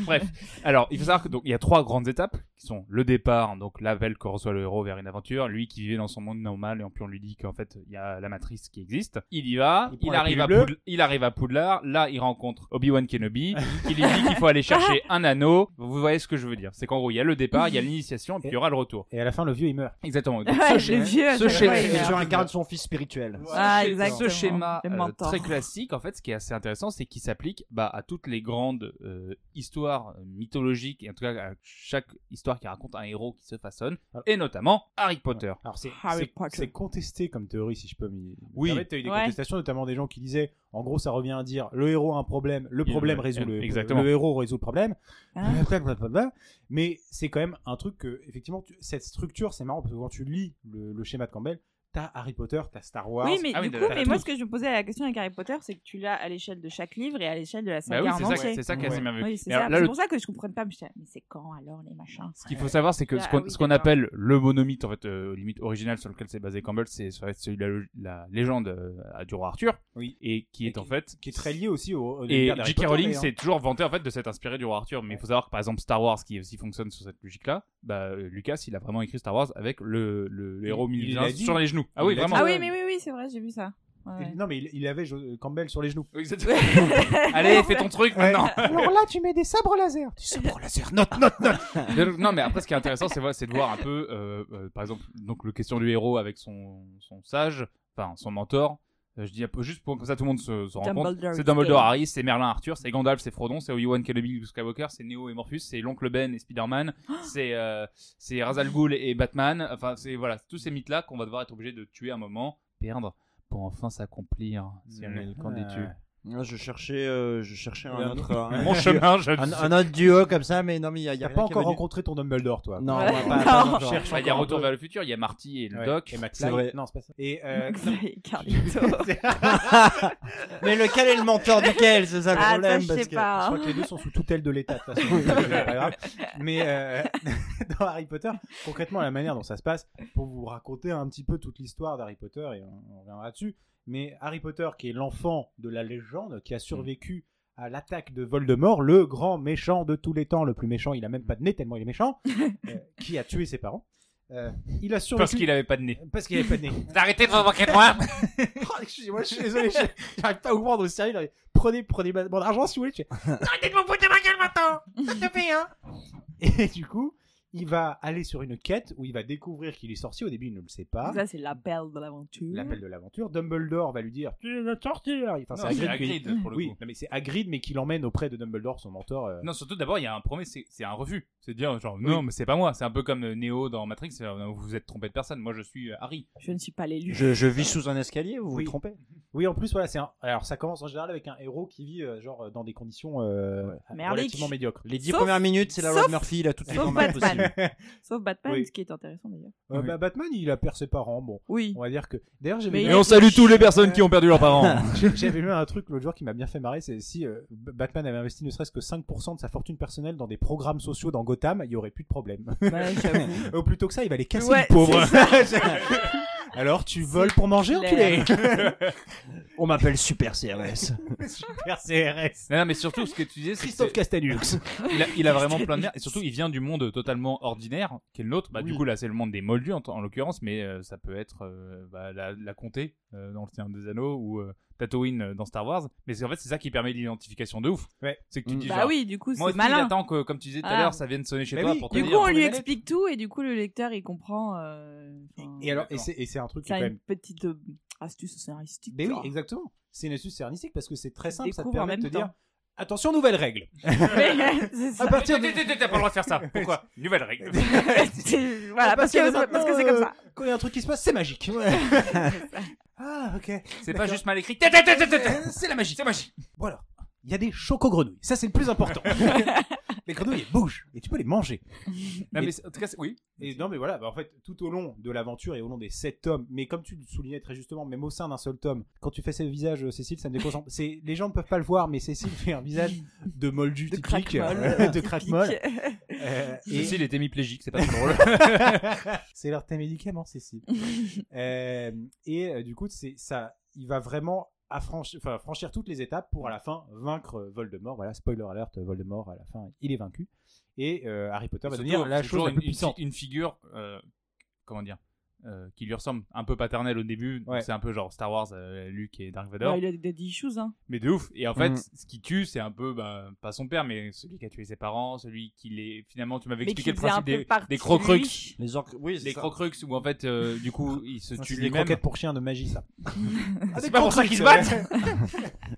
S1: Bref, alors il faut savoir que donc il y a trois grandes étapes qui sont le départ, donc l'appel que reçoit le héros vers une aventure, lui qui vivait dans son monde normal et en plus on lui dit qu'en fait il y a la matrice qui existe. Il y va,
S5: Il
S1: il,
S5: prend la
S1: arrive, à
S5: pilule
S1: Poudl- il arrive à Poudlard, là il rencontre Obi-Wan
S4: *laughs*
S1: Kenobi qui lui dit qu'il faut aller chercher un anneau. Vous voyez ce que je veux dire C'est qu'en gros il y a le départ,
S4: *laughs*
S1: il y a l'initiation et puis il y aura le retour.
S5: Et à la fin, le vieux, il meurt.
S1: Exactement. Donc,
S3: Ouais,
S1: ce
S3: les
S1: schéma-
S3: vieux, à
S1: ce
S3: chaque
S1: schéma-
S3: fois, ils
S4: Et
S3: meurent.
S4: tu incarnes son fils spirituel.
S3: Ah,
S1: ce-
S3: exactement.
S1: Ce schéma
S3: Le
S1: euh,
S3: mentor.
S1: très classique, en fait, ce qui est assez intéressant, c'est qu'il s'applique bah, à toutes les grandes euh, histoires mythologiques, et en tout cas à chaque histoire qui raconte un héros qui se façonne,
S5: Voilà.
S1: et notamment Harry Potter.
S5: Alors c'est
S3: Harry
S5: c'est-
S3: Potter.
S5: c'est contesté comme théorie si je peux m'y.
S1: Oui.
S5: En fait, t'as eu des
S3: Ouais.
S5: contestations, notamment des gens qui disaient, en gros, ça revient à dire, le héros a un problème, le
S1: Il-
S5: problème
S1: euh,
S5: résout le,
S1: exactement.
S5: le héros résout le problème.
S3: Hein
S5: Blablabla. Mais c'est quand même un truc que, effectivement, tu- cette structure, c'est marrant parce que quand tu lis le, le schéma de Campbell, t'as Harry Potter, t'as Star Wars.
S3: Oui, mais
S1: Ah oui,
S3: du
S1: de-
S3: coup,
S1: t'as
S3: mais
S1: tout.
S3: moi, ce que je me posais la question avec Harry Potter, c'est que tu l'as à l'échelle de chaque livre et à l'échelle de la
S1: Bah
S3: saga
S1: oui,
S3: en
S1: c'est ça,
S3: entier.
S1: c'est ça qui est assez
S5: Ouais.
S1: merveilleux.
S3: Oui, c'est
S1: Mais alors,
S3: ça.
S1: là,
S3: C'est
S1: le-
S3: pour ça que je comprenais pas. mais je disais, mais c'est quand alors les machins
S1: Ce qu'il faut savoir, c'est que ce
S3: Ah,
S1: qu'on
S3: oui,
S1: ce qu'on
S3: d'accord.
S1: appelle le monomythe, en fait, euh, limite original sur lequel s'est basé Campbell, c'est ça va être celui de la, lo- la légende euh, du roi Arthur,
S5: Oui.
S1: et qui
S5: Et
S1: est en fait
S5: Qui est très lié aussi au. au
S1: Et
S5: univers d'Harry
S1: J.K.
S5: Potter, hein.
S1: Rowling
S5: d'ailleurs.
S1: s'est toujours vanté en fait de s'être inspiré du roi Arthur, mais il faut savoir que par exemple Star Wars, qui aussi fonctionne sur cette logique-là, bah, euh, Lucas il a vraiment écrit Star Wars avec le, le, le
S5: Il-
S1: héros
S5: il
S1: milieu
S5: l'a dit.
S1: sur les genoux. Ah
S5: Il
S1: oui,
S5: l'a
S1: vraiment.
S5: dit.
S3: Ah
S5: Ouais.
S3: oui, mais oui, oui, c'est vrai, j'ai vu ça. Ouais, ouais.
S5: Non, mais il, il avait Jo- Campbell sur les genoux.
S1: Oui, c'est- *laughs* Allez, fais ton truc maintenant.
S5: Alors là, tu mets des sabres laser. Des sabres laser. Note, note, note.
S1: Donc, non, mais après, ce qui est intéressant, c'est voilà, c'est de voir un peu, euh, euh, par exemple, donc le question du héros avec son, son sage, enfin son mentor. Euh, Je dis un peu juste pour comme ça tout le monde se, se rend compte.
S3: Dumbledore,
S1: C'est Dumbledore
S3: Skeletor.
S1: Harry, c'est Merlin Arthur, c'est Gandalf, c'est Frodon, c'est Obi-Wan Kenobi, Luke Skywalker, c'est Neo et Morpheus, c'est l'oncle Ben et Spider-Man, c'est euh, c'est Ra's al Ghul et Batman. Enfin, c'est voilà, tous ces mythes là qu'on va devoir être obligé de tuer à un moment, perdre pour enfin s'accomplir. Si on est- Qu'en dis-tu
S4: Moi,
S3: Ah,
S4: je cherchais, euh, je cherchais un
S5: Un
S4: autre,
S3: hein.
S4: un,
S1: Mon
S3: *laughs*
S1: chemin, je
S4: un- un autre duo comme ça, mais non, mais il y a, il y a
S5: T'as pas
S4: rien qui est
S5: encore
S4: venu.
S5: rencontré ton Dumbledore, toi.
S4: Non,
S3: Voilà.
S4: on
S3: *laughs* Non.
S4: va pas- pas encore.
S5: Cherche
S1: Bah, Il y a
S5: encore un
S1: Retour
S5: peu.
S1: vers le futur, il y a Marty et le
S5: Ouais.
S1: doc.
S5: Et Max
S4: C'est vrai.
S5: Non, c'est pas ça. Et
S3: *laughs*
S5: euh,
S3: McFly et Carlito.
S4: *laughs*
S5: *laughs*
S4: mais lequel est le mentor duquel C'est ça le
S3: Ah, ça,
S4: problème.
S3: je
S4: parce
S3: sais
S4: que...
S3: pas.
S5: Je crois que les deux sont sous tutelle de l'État, de toute façon. C'est pas grave. Mais euh, *laughs* dans Harry Potter, concrètement, la manière dont ça se passe, pour vous raconter un petit peu toute l'histoire d'Harry Potter, et on, on reviendra dessus. Mais Harry Potter, qui est l'enfant de la légende, qui a survécu à l'attaque de Voldemort, le grand méchant de tous les temps, le plus méchant, il a même pas de nez tellement il est méchant, euh, qui a tué ses parents. Euh, il a survécu.
S1: Parce qu'il avait pas de nez.
S5: Parce qu'il avait pas de nez.
S1: Arrêtez de vous moquer de *laughs* moi
S5: Oh, Excusez-moi, je suis désolé, je- j'arrive pas à vous prendre au sérieux. là. Prenez, prenez ma- mon argent si vous voulez. Je fais, Arrêtez de me foutre de ma gueule maintenant Ça te fait, hein Et du coup, il va aller sur une quête où il va découvrir qu'il est sorcier. Au début, il ne le sait pas.
S3: Ça, c'est l'appel de l'aventure.
S5: L'appel de l'aventure. Dumbledore va lui dire Tu es le sorcier Enfin,
S1: Non, c'est
S5: qui-
S1: Hagrid, pour le
S5: Oui,
S1: coup.
S5: non, mais c'est Hagrid, mais qui l'emmène auprès de Dumbledore, son mentor. euh,
S1: Non, surtout d'abord, il y a un premier, c'est c'est un refus. C'est de dire, genre, non, mais c'est pas moi. C'est un peu comme euh, Neo dans Matrix, c'est, euh, vous vous êtes trompé de personne. Moi, je suis euh, Harry.
S3: Je ne suis pas l'élu.
S4: Je, je vis sous un escalier, vous
S5: Oui.
S4: vous trompez
S5: Oui, en plus, voilà, c'est un... Alors, ça commence en général avec un héros qui vit, euh, genre, dans des conditions euh,
S3: Merdique.
S5: relativement médiocres.
S4: Les dix
S3: Sauf-
S4: premières minutes, c'est la loi
S3: sauf-
S4: de Murphy, il a toutes les
S3: sauf
S4: commandes
S3: Batman.
S4: possibles.
S3: *laughs* Sauf Batman,
S5: Oui.
S3: ce qui est intéressant d'ailleurs.
S5: Euh,
S1: Oui.
S5: bah, Batman, il a perd ses parents, bon.
S3: Oui.
S5: On va dire que. D'ailleurs,
S3: Mais
S5: j'avais
S3: Et on
S1: salue
S5: tous les
S1: personnes qui ont perdu leurs *laughs* parents.
S5: J'ai- *laughs* J'avais lu un truc l'autre jour qui m'a bien fait marrer, c'est si euh, B- Batman avait investi ne serait-ce que 5% de sa fortune personnelle dans des programmes sociaux dans Gotham, il y aurait plus de problème. *laughs*
S3: Ouais, bah,
S1: *laughs*
S3: j'avoue.
S5: Ou plutôt que ça, il va les casser
S3: Ouais,
S5: les pauvres.
S3: c'est
S5: *laughs*
S3: ça.
S5: Alors tu voles pour manger, enculé
S3: clair. *laughs*
S4: On m'appelle Super CRS.
S5: *laughs* Super CRS.
S1: Non, non, mais surtout, ce que tu disais, c'est que
S5: Christophe Castanux.
S1: c'est- il a, il a vraiment plein de merde. Et surtout, il vient du monde totalement ordinaire, qui est le nôtre. Bah, du
S4: Oui.
S1: coup, là, c'est le monde des Moldus, en, en l'occurrence, mais euh, ça peut être euh, bah, la, la comté euh, dans le Seigneur des Anneaux ou euh, Tatooine euh, dans Star Wars. Mais c'est- en fait, c'est ça qui permet l'identification de ouf.
S5: Ouais.
S1: C'est que tu
S4: Mm.
S1: dis,
S3: Bah
S1: genre,
S3: oui, du coup,
S1: moi
S3: c'est
S1: aussi,
S3: malin.
S1: j'attends que, comme tu disais tout à
S3: Ah.
S1: l'heure, ça vienne sonner chez
S5: Mais
S1: toi
S5: oui,
S1: pour te
S3: Du
S1: dire.
S3: coup, on
S5: pour
S3: lui
S5: les manettes.
S3: explique tout et du coup, le lecteur, il comprend. euh, enfin,
S5: Et alors, et c'est et c'est un truc qui
S3: ça
S5: est
S3: a
S5: quand
S3: une
S5: même.
S3: petite euh, astuce scénaristique.
S5: Mais
S3: tu
S5: oui,
S3: vois.
S5: exactement. C'est une astuce cernistique parce que c'est très simple, ça te
S3: Découvre en
S5: permet de te
S3: même
S5: dire
S3: temps.
S5: attention, nouvelle règle.
S3: Mais, *laughs*
S1: Ah,
S3: c'est ça.
S5: À partir de.
S1: T'as pas le droit de faire
S5: *laughs*
S1: ça. Pourquoi Nouvelle règle.
S3: *laughs* C'est- voilà,
S5: à
S3: parce
S5: partir de
S3: que parce que c'est
S5: maintenant,
S3: comme ça.
S5: euh, Quand il y a un truc qui se passe, c'est magique.
S3: *laughs*
S5: ah, ok.
S1: C'est pas
S5: D'accord.
S1: juste mal écrit.
S5: C'est la magie.
S1: C'est magie.
S5: Bon alors, il y a des chocogrenouilles. Ça, c'est le
S3: *laughs*
S5: plus important. *laughs* les grenouilles, elles bougent et tu peux les manger.
S1: Non,
S5: Et-
S1: mais c'est- en tout cas, c'est- oui.
S5: Et non, mais voilà, bah, en fait, tout au long de l'aventure et au long des sept tomes, mais comme tu le soulignais très justement, même au sein d'un seul tome, quand tu fais ce visage, euh, Cécile, ça me déconcentre. C'est, les gens ne peuvent pas le voir, mais Cécile fait
S3: *laughs*
S5: un visage de moldu
S3: De
S5: typique,
S3: craquemol.
S5: euh, *laughs* de
S3: *laughs*
S5: craquemol.
S3: Typique.
S5: Euh, et-
S1: Cécile était miplégique, c'est pas très
S3: *laughs*
S1: drôle.
S5: c'est leur tes médicaments, Cécile. Euh, et euh, du coup, c'est ça. Il va vraiment affranchir, enfin, franchir toutes les étapes pour à la fin vaincre euh, Voldemort. Voilà, spoiler alert, Voldemort à la fin, il est vaincu. Et euh, Harry Potter va
S1: Surtout,
S5: devenir la
S1: c'est
S5: chose
S1: toujours
S5: la
S1: une,
S5: plus
S1: une fi-
S5: puissante.
S1: une figure, euh, comment dire, euh, qui lui ressemble, un peu paternelle au début.
S5: Ouais.
S1: C'est un peu genre Star Wars, euh, Luke et Dark Vader,
S3: Ouais, Il a des des issues, hein.
S1: mais de ouf. Et en fait,
S4: Mhm.
S1: ce qui tue, c'est un peu, bah, pas son père, mais celui qui a tué ses parents, celui qui les. Finalement, tu m'avais
S3: Mais
S1: expliqué le
S3: qui faisait un
S1: principe
S3: peu
S1: des,
S3: partie
S1: des
S3: de
S1: crocrux.
S3: lui.
S4: Les orques, oui, c'est
S1: Les
S4: ça.
S1: crocrux où en fait, euh, du coup, il se
S5: C'est
S1: tue
S5: des
S1: lui-même.
S5: croquettes Ah, pour chiens de magie, ça.
S1: C'est pas pour ça qu'ils se
S5: *laughs*
S1: battent.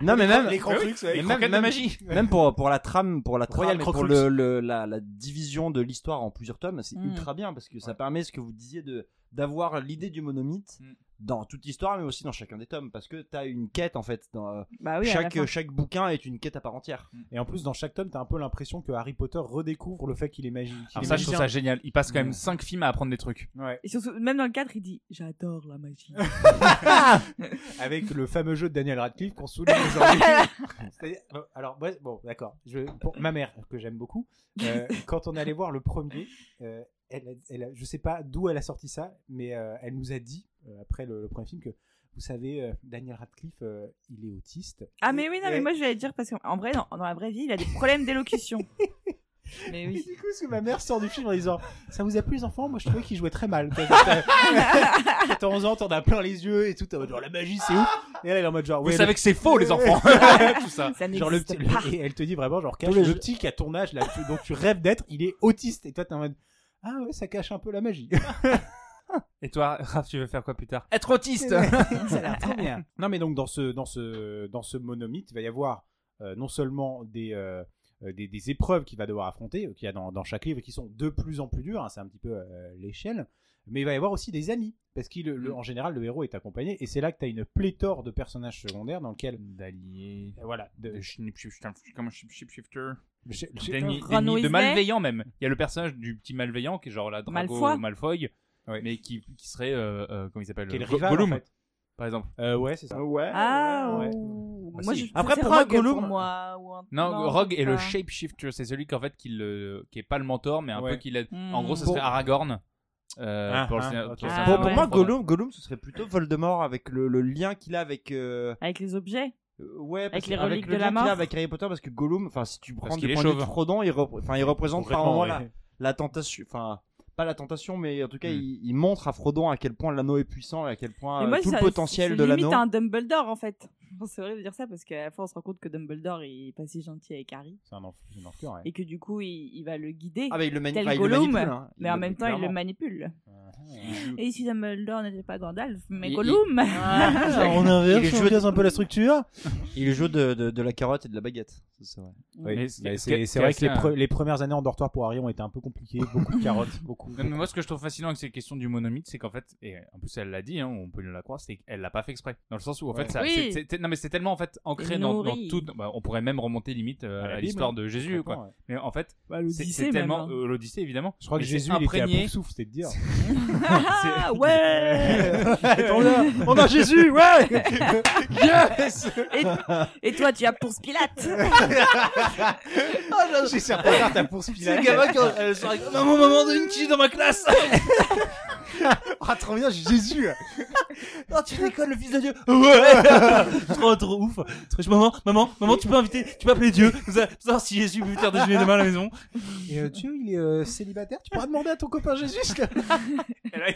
S4: Non, mais même,
S5: Les croquettes,
S1: Les
S5: ouais.
S4: même-
S1: croquettes de
S4: même-
S1: magie.
S4: même pour, pour la trame, pour la trame
S5: Royal
S4: et pour
S5: Crocrux.
S4: le, le- la, la division de l'histoire en plusieurs tomes, c'est
S3: Mm.
S4: ultra bien parce que ça permet ce que vous disiez de d'avoir l'idée du monomythe
S1: Mm.
S4: dans toute l'histoire, mais aussi dans chacun des tomes parce que t'as une quête en fait. Dans, euh,
S3: Bah oui, à la
S4: chaque,
S3: fin.
S4: chaque bouquin est une quête à part entière.
S5: Et en plus, dans chaque tome, t'as un peu l'impression que Harry Potter redécouvre le fait qu'il est magique.
S1: Alors
S5: Il est
S1: ça, je trouve ça
S5: magicien.
S1: génial. Il passe quand même
S4: Ouais.
S1: 5 films à apprendre des trucs.
S5: Ouais.
S3: Et surtout, même dans le cadre, il dit J'adore la magie.
S5: Avec le fameux jeu de Daniel Radcliffe qu'on souligne
S1: *laughs*
S5: aujourd'hui. C'est-à-dire- bon, Alors, ouais, bon, d'accord. Je- Pour ma mère, que j'aime beaucoup,
S1: *laughs*
S5: euh, quand on allait voir le premier, euh, elle, a- elle a- je sais pas d'où elle a sorti ça, mais euh, elle nous a dit, euh, après le, le premier film, que vous savez, euh, Daniel Radcliffe, euh, il est autiste.
S3: Ah, mais oui, non, mais
S5: Et-
S3: moi je vais dire parce qu'en vrai, dans, dans la vraie vie, il a des problèmes d'élocution. *laughs*
S1: Eh
S3: mais
S5: Et
S3: oui.
S5: *laughs* du coup, ce que ma mère sort du film en disant Ça vous a plu les enfants Moi je trouvais qu'ils jouaient très mal.
S1: *laughs*
S5: T'as- t'as- De temps en temps, t'en as plein les yeux et tout. T'es en mode genre la magie, c'est ouf. Et elle, elle est en mode genre
S1: Vous
S5: ouais,
S1: savez que c'est
S5: *laughs*
S1: faux, les enfants. Tout ça.
S3: Ça
S5: Genre le
S3: n'existe
S5: petit,
S3: pas.
S5: le- et elle te dit vraiment genre cache
S4: les
S5: le
S4: jeux-
S5: petit qui a ton âge là tu- dont tu rêves d'être, il est autiste et toi t'es en mode ah ouais ça cache un peu la magie.
S1: Et toi, Raph, tu veux faire quoi plus tard
S3: *laughs*
S5: Être autiste, Euh, ça a l'air trop bien. Non mais donc dans ce dans ce dans ce monomythe il va y avoir euh, non seulement des euh, euh, des, des épreuves qu'il va devoir affronter, euh, qu'il y a dans, dans chaque livre, et qui sont de plus en plus dures, hein, c'est un petit peu euh, l'échelle. Mais il va y avoir aussi des amis, parce qu'en général, le héros est accompagné, et c'est là que tu as une pléthore de personnages secondaires dans lequel.
S1: D'alliés.
S5: euh, Voilà, de,
S1: De shapeshifter. Comment shapeshifter
S5: je- je-
S1: D'ennemis
S3: Ron
S1: d'ennemis- de
S3: Weasley.
S1: malveillant même. Il y a le personnage du petit malveillant qui est genre la Drago
S3: Malfoy.
S1: Malfoy,
S5: Ouais.
S1: mais qui, qui serait euh, euh, comment il s'appelle
S5: Quel
S1: Go-
S5: rival, en
S1: Gollum,
S5: fait.
S1: par exemple.
S5: Euh, ouais, c'est ça.
S4: Ouais.
S3: Ah,
S5: ouais.
S3: ou-
S1: Bah,
S3: moi,
S1: si.
S3: je...
S4: Après,
S3: c'est
S4: pour moi,
S3: Rogue
S4: Gollum-
S3: pour moi, ou un-
S1: Non,
S3: non,
S1: Rogue est le
S3: pas.
S1: shapeshifter, c'est celui qu'en fait qui le qui est pas le mentor, mais un
S5: Ouais.
S1: peu qui l'aide.
S3: Hmm.
S1: En gros, ce serait Aragorn. euh,
S5: Ah,
S1: pour le
S5: ah,
S1: scénar-
S5: ok.
S1: pour le
S3: Ah,
S1: scénar-
S4: Pour, pour
S3: ouais.
S4: moi, Gollum, Gollum, ce serait plutôt Voldemort avec le, le lien qu'il a avec. euh,
S3: Avec les objets.
S4: euh, ouais, parce
S3: Avec les
S4: que-
S3: reliques
S4: le
S3: de la
S4: lien qu'il a
S3: mort.
S4: Avec Harry Potter, parce que Gollum, enfin, si tu prends
S1: Parce
S4: du
S1: qu'il est
S4: point de vue de
S1: chauve.
S4: Frodon, il, repr- enfin, il représente par
S5: Concrètement,
S4: moment
S5: ouais.
S4: la, la tentation. Enfin, pas la tentation, mais en tout cas,
S1: Hmm.
S4: il, il montre à Frodon à quel point l'anneau est puissant et à quel point
S3: Mais
S4: euh,
S3: moi,
S4: tout
S3: ça-
S4: le potentiel
S3: c'est
S4: de l'anneau.
S3: limite un Dumbledore, en fait. *laughs* C'est horrible de dire ça parce qu'à la fois, on se rend compte que Dumbledore il est pas si gentil avec Harry
S5: C'est un enf- c'est un enfer, ouais.
S3: et que du coup, il, il va le guider.
S4: Ah, bah, il le, mani-
S3: tel
S4: enfin, il le
S3: Gollum,
S4: manipule. hein.
S3: mais en même temps, il le
S4: clairement.
S3: manipule.
S4: Il-
S3: Et si Dumbledore n'était pas Gandalf, mais
S1: Uh-huh. Il-
S3: Gollum
S5: Ah, on inverse,
S4: on
S5: un peu la structure.
S4: *laughs* Il joue de, de, de la carotte et de la baguette. Ça, c'est vrai.
S1: Mais
S5: Oui,
S1: c'est-
S5: mais
S1: ce qui est- ce
S5: c'est
S1: qui est
S5: c'est vrai que les,
S1: assez
S5: pre- les premières années en dortoir pour Harry ont été un peu compliquées, beaucoup de *laughs* carottes, beaucoup.
S1: Non, mais moi, ce que je trouve fascinant avec cette question du monomythe, c'est qu'en fait, et en plus, elle l'a dit, hein, on peut la croire, c'est qu'elle l'a pas fait exprès. Dans le sens où, en
S5: Ouais.
S1: fait, ça,
S3: Oui.
S1: c'est- c'est- non, mais c'est tellement en fait ancré
S3: C'est
S1: dans, dans
S3: nourri.
S1: tout. bah, on pourrait même remonter limite euh, à
S5: À la Bible,
S4: hein.
S1: l'histoire de Jésus, quoi.
S5: Concrètement, ouais.
S1: Mais en fait,
S3: *laughs* Bah,
S1: c'est
S3: l'Odyssée,
S1: c'est
S3: même,
S1: tellement
S3: hein.
S1: euh, l'Odyssée, évidemment.
S5: Je crois que
S1: Mais c'est
S5: Jésus, il était à
S1: imprégné.
S5: bout de souffle, c'est de dire.
S3: Ah
S1: *laughs*
S3: ouais
S5: Oh,
S4: On
S5: bah,
S4: a Jésus, ouais *laughs* Yes
S3: et, et toi, tu as Ponce Pilate
S4: Oh,
S5: J'ai certains cartes à course
S4: C'est gamin quand elle sort avec Maman, maman, donne une tige dans ma classe
S5: Ah, trop bien, Jésus
S4: *laughs* Non, tu déconnes, le fils de Dieu Ouais *laughs* Trop, trop ouf Trop- je- Maman, maman, maman, tu peux inviter, tu peux appeler Dieu, pour sa- pour savoir si Jésus veut faire déjeuner demain à la maison.
S5: Et euh, Dieu, il est euh, célibataire, tu pourras demander à ton copain Jésus *laughs* ce que-
S1: *laughs* Et là,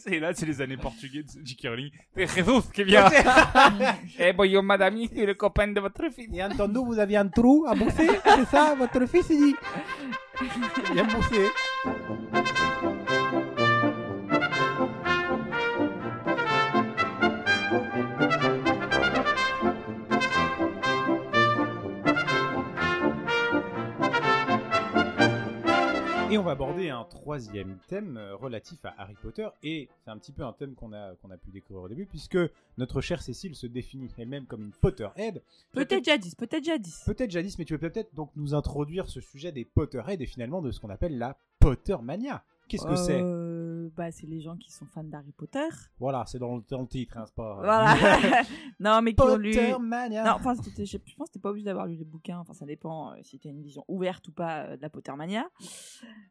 S1: c'est là, c'est les années portugaises de J.K. Rowling. C'est Jesus qui vient. Eh, bonjour madame, je suis le copain de votre fille.
S5: Et entendu, vous aviez un trou à bouffer, *laughs* c'est ça Votre fils, il dit Il a bouffé. Et on va aborder un troisième thème euh, relatif à Harry Potter, et c'est un petit peu un thème qu'on a, qu'on a pu découvrir au début, puisque notre chère Cécile se définit elle-même comme une Potterhead.
S3: Peut-être jadis, peut-être jadis.
S5: Peut-être jadis, mais tu veux peut-être donc nous introduire ce sujet des Potterheads et finalement de ce qu'on appelle la Pottermania. Qu'est-ce que c'est
S3: Euh, Bah, c'est les gens qui sont fans d'Harry Potter.
S5: Voilà, c'est dans, le- dans le titre, hein, c'est pas.
S1: *laughs*
S3: Voilà. non, mais qui ont lu.
S4: Ah.
S5: Pottermania
S3: Non, enfin, c'était- je je pense que t'es pas obligé d'avoir lu les bouquins. Enfin, ça dépend euh, si t'as une vision ouverte ou pas euh, de la Pottermania.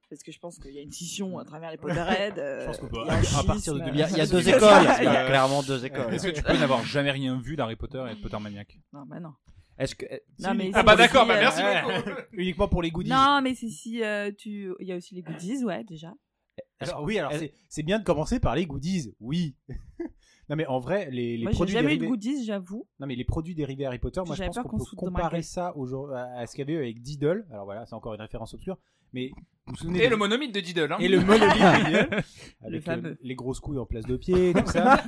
S3: Parce que je pense qu'il y a une scission à travers les Potterheads. euh,
S5: *laughs* Je pense qu'on peut-
S3: il y a un
S5: à partir de
S3: schisme,
S4: Il y a, il y
S3: *laughs*
S4: a
S3: euh,
S4: deux
S3: c'est
S4: écoles,
S3: ça.
S4: il y a clairement deux écoles.
S1: Est-ce que tu peux n'avoir jamais rien vu d'Harry Potter et de Potter Maniac
S3: Non, bah non.
S4: Est-ce que...
S3: Non, mais
S1: Ah
S3: c'est
S1: bah
S3: aussi,
S1: d'accord, bah
S3: euh,
S1: merci
S5: ouais.
S1: beaucoup.
S5: Uniquement pour les goodies.
S3: Non, mais c'est si euh, tu. Il y a aussi les goodies, ouais, déjà.
S5: Alors oui, alors
S4: Elle-
S5: c'est- c'est bien de commencer par les goodies, oui. *laughs* non mais en vrai, les, les
S3: Moi, j'ai
S5: produits
S3: jamais eu de
S5: dérivés.
S3: goodies, j'avoue.
S5: Non mais les produits dérivés Harry Potter, moi je
S3: J'avais
S5: pense
S3: peur
S5: qu'on
S3: qu'on
S5: peut
S3: se foute de ma
S5: comparer
S3: gueule.
S5: ça au- à à ce qu'il y avait eu avec Diddle. Alors voilà, c'est encore une référence obscure, mais vous vous souvenez
S1: Et
S5: de-
S1: le monomythe de Diddle. Hein.
S5: et le
S3: *laughs*
S5: monolithe Diddle, avec, euh,
S3: fameux.
S5: les grosses couilles en place de pied,
S3: *laughs*
S5: tout ça.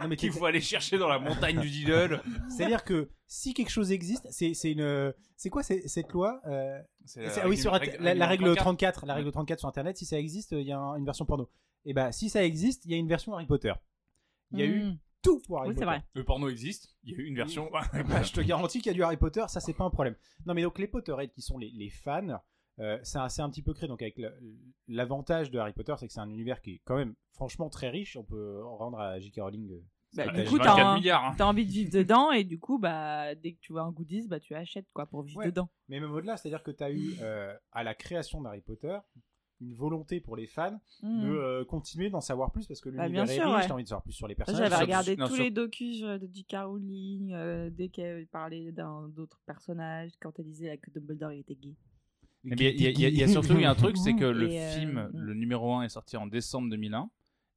S5: non mais
S1: qu'il
S5: t'es-
S1: faut aller chercher dans la montagne du Diddle.
S5: c'est-à-dire que si quelque chose existe, c'est c'est une c'est quoi c'est- cette loi euh, c'est- ah oui, sur Inter- la, la règle 34, la règle 34 sur internet, si ça existe, il y a un- une version porno. Et bah si ça existe, il y a une version Harry Potter. Il y a eu
S3: Mm.
S5: tout pour Harry
S3: Oui, c'est
S5: Potter.
S3: vrai.
S1: Le porno existe, il y a eu une version.
S5: Bah, je te garantis qu'il y a du Harry Potter, ça c'est pas un problème. Non mais donc les Potterheads qui sont les, les fans, euh, c'est un, c'est un petit peu créé. Donc avec le- l'avantage de Harry Potter, c'est que c'est un univers qui est quand même franchement très riche. On peut en rendre à J.K. Rowling. euh,
S3: Bah,
S5: Ah,
S3: du
S5: j'ai
S3: coup, t'as
S1: 24
S3: un-
S1: milliards. hein.
S3: t'as envie de vivre dedans et du coup, bah, dès que tu vois un goodies, bah, tu achètes quoi pour vivre
S5: Ouais.
S3: dedans.
S5: Mais même au-delà, c'est-à-dire que tu as eu euh, à la création d'Harry Potter une volonté pour les fans
S3: Mm.
S5: de euh, continuer d'en savoir plus parce que
S3: Bah,
S5: l'univers
S3: bien
S5: est
S3: sûr,
S5: riche,
S3: ouais.
S5: t'as envie de savoir plus sur les
S3: Ça,
S5: personnages.
S3: J'avais
S1: sur-
S3: regardé
S1: non,
S3: tous
S1: sur-
S3: les docus euh, de J.K. Rowling euh, dès qu'elle parlait d'un d'autres personnages, quand elle disait là, que Dumbledore il était gay.
S1: Eh bien, Il y, a- il y a- il y a surtout il y a un truc, c'est que le
S3: Et, euh,
S1: film,
S3: mm.
S1: le numéro 1 est sorti en décembre 2001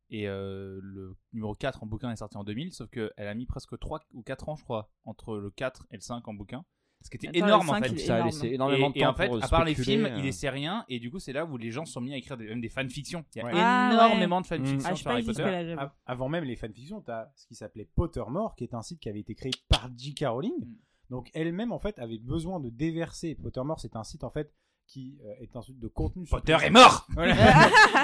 S1: et euh, le numéro 4 en bouquin est sorti en 2000, sauf qu'elle a mis presque 3 ou 4 ans, je crois, entre le 4 et le 5 en bouquin, ce qui était
S3: Attends, le
S1: énorme en
S3: 5,
S1: fait.
S3: il est
S4: *laughs* Ça a
S3: énorme.
S4: laissé énormément
S1: et,
S4: de temps
S1: et en fait,
S4: pour
S1: à part les
S4: spéculer,
S1: films,
S4: euh.
S1: il essaie rien, et du coup, c'est là où les gens se sont mis à écrire des, même des fanfictions. Il y a
S5: Ouais.
S3: Ah, ouais.
S1: énormément de fanfictions
S4: Mm.
S3: Ah, je sais
S1: sur
S3: pas
S1: Harry
S3: jusque
S1: Potter.
S3: là. j'avoue.
S5: Av- Avant même les fanfictions, tu as ce qui s'appelait Pottermore, qui est un site qui avait été créé par J.K. Rowling.
S1: Mm.
S5: Donc elle-même en fait avait besoin de déverser. Pottermore, c'est un site en fait qui euh, est un site de contenu. sur-
S2: Potter est mort
S3: *laughs*
S5: Voilà.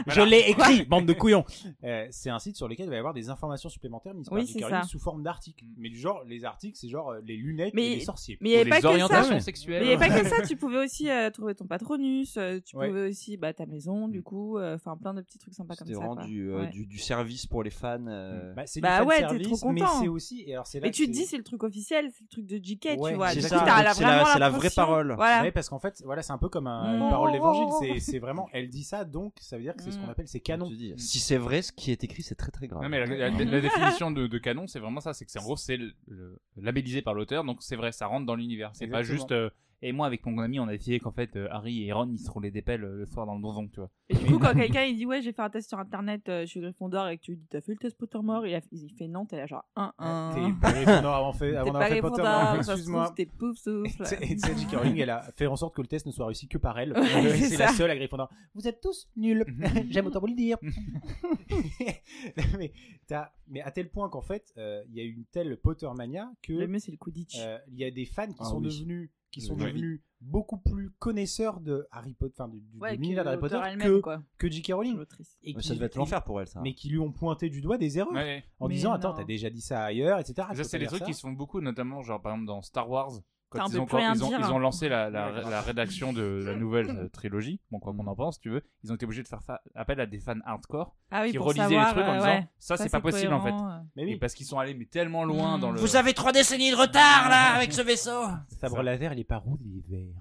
S2: Je l'ai
S4: *laughs*
S2: écrit, bande
S1: *laughs*
S2: de couillons
S5: Euh, c'est un site sur lequel il va y avoir des informations supplémentaires mises
S3: Oui,
S5: par
S3: c'est
S5: J.K. Rowling
S3: ça.
S5: sous forme d'articles.
S2: Mm.
S5: Mais du genre, les articles, c'est genre euh, les lunettes
S3: Mais-
S5: et les sorciers.
S3: Mais il n'y avait
S1: les
S3: pas que ça.
S1: orientations
S4: ouais.
S3: Mais
S1: sexuelles.
S3: il n'y avait pas que ça, tu pouvais aussi euh, trouver ton patronus, euh, tu
S5: Ouais.
S3: pouvais aussi bah, ta maison, du coup, euh, enfin plein de petits trucs sympas comme
S4: C'était
S3: ça.
S4: vraiment
S3: quoi.
S4: du, euh,
S3: Ouais.
S4: du, du service pour les fans. euh,
S5: Bah, c'est
S3: Bah
S5: du
S3: ouais, t'es
S5: fanservice,
S3: trop
S5: Mais
S3: content.
S5: c'est aussi. Et alors, c'est là
S3: Mais
S5: que
S3: tu te
S5: c'est-
S3: dis, c'est le truc officiel, c'est le truc de JK,
S5: Ouais,
S3: tu vois.
S5: c'est
S3: Du coup,
S5: ça.
S3: t'as
S4: Donc, c'est la-
S3: vraiment
S4: c'est la vraie
S3: l'impression-
S4: parole.
S3: Voilà.
S5: Ouais, parce qu'en fait, voilà, c'est un peu comme un-
S3: Mm.
S5: une parole d'évangile. C'est-
S3: Mm.
S5: C'est vraiment, elle dit ça, donc ça veut dire que c'est ce qu'on
S3: Mm.
S5: appelle, c'est
S4: comme
S5: canon.
S4: tu dis. Si c'est vrai, ce qui est écrit, c'est très très grave.
S1: Non, mais la,
S5: euh,
S1: la-
S3: *laughs*
S1: la définition de, de canon, c'est vraiment ça. C'est que c'est en gros, c'est le- le- labellisé par l'auteur, donc c'est vrai, ça rentre dans l'univers. C'est pas
S5: Exactement.
S1: juste. euh, et moi, avec mon ami, on a décidé qu'en fait, euh, Harry et Ron, ils se roulaient des pelles euh, le soir dans le donjon, tu vois.
S3: Et du coup, quand quelqu'un il dit, ouais, j'ai fait un test sur internet, euh, je suis Gryffondor, et que tu lui dis, t'as fait le test Pottermore, il, a- il fait non, t'es là genre 1 1
S5: T'es pas Gryffondor avant, fait,
S3: Ah. T'es
S5: avant
S3: pas
S5: d'avoir fait Potter. non,
S3: Gryffondor, ça se
S5: Excuse-moi.
S3: trouve, t'es pouf souffle.
S5: Et tu sais, J.K. Rowling, elle a fait en sorte que le test ne soit réussi que par elle.
S3: Ouais, c'est
S5: c'est la
S3: ça.
S5: seule à Gryffondor. Vous êtes tous
S3: *laughs*
S5: nuls. J'aime autant vous le dire. *laughs* mais, t'as- mais à tel point qu'en fait, euh, il y a eu une telle Pottermania que
S3: Le
S5: euh,
S3: mieux, c'est le Quidditch.
S5: il y a des fans qui
S4: Ah
S5: sont
S4: oui.
S5: devenus qui sont
S4: Oui.
S5: devenus beaucoup plus connaisseurs de Harry Potter, enfin du, du-
S3: Ouais,
S5: de
S3: que
S5: l'univers d'Harry Potter
S3: l'auteur elle-même,
S5: que,
S3: quoi.
S5: que J.K. Rowling.
S3: L'autrice.
S5: Et
S4: Mais
S5: qui-
S4: ça devait être l'enfer pour elle, ça.
S5: Mais qui lui ont pointé du doigt des erreurs
S1: Ouais.
S5: en
S3: Mais
S5: disant Attends,
S3: non.
S5: t'as déjà dit ça ailleurs, etc.
S1: Ça,
S5: Tu
S1: c'est
S5: Ah, peux
S1: des
S5: faire
S1: trucs
S5: ça.
S1: qui se font beaucoup, notamment, genre, par exemple, dans Star Wars. Quand
S3: Putain, on
S1: ils
S3: peut
S1: ont,
S3: plus rien
S1: ils, ont,
S3: dire. hein.
S1: ils ont lancé la, la, la rédaction de la nouvelle
S3: *laughs*
S1: euh, trilogie, bon, quoi qu'on en pense, tu veux, ils ont été obligés de faire fa- appel à des fans hardcore
S3: Ah oui,
S1: qui
S3: pour
S1: relisaient
S3: savoir,
S1: les trucs en
S3: euh,
S1: disant
S3: ouais,
S1: ça, c'est pas possible en fait.
S3: cohérent, euh.
S5: Mais
S1: Et
S5: oui,
S1: parce qu'ils sont allés mais tellement loin
S3: Mm.
S1: dans le.
S3: Vous
S1: avez trois décennies de retard là avec ce
S5: Sabre laser, il est pas rouge, il est
S3: *laughs*
S5: vert.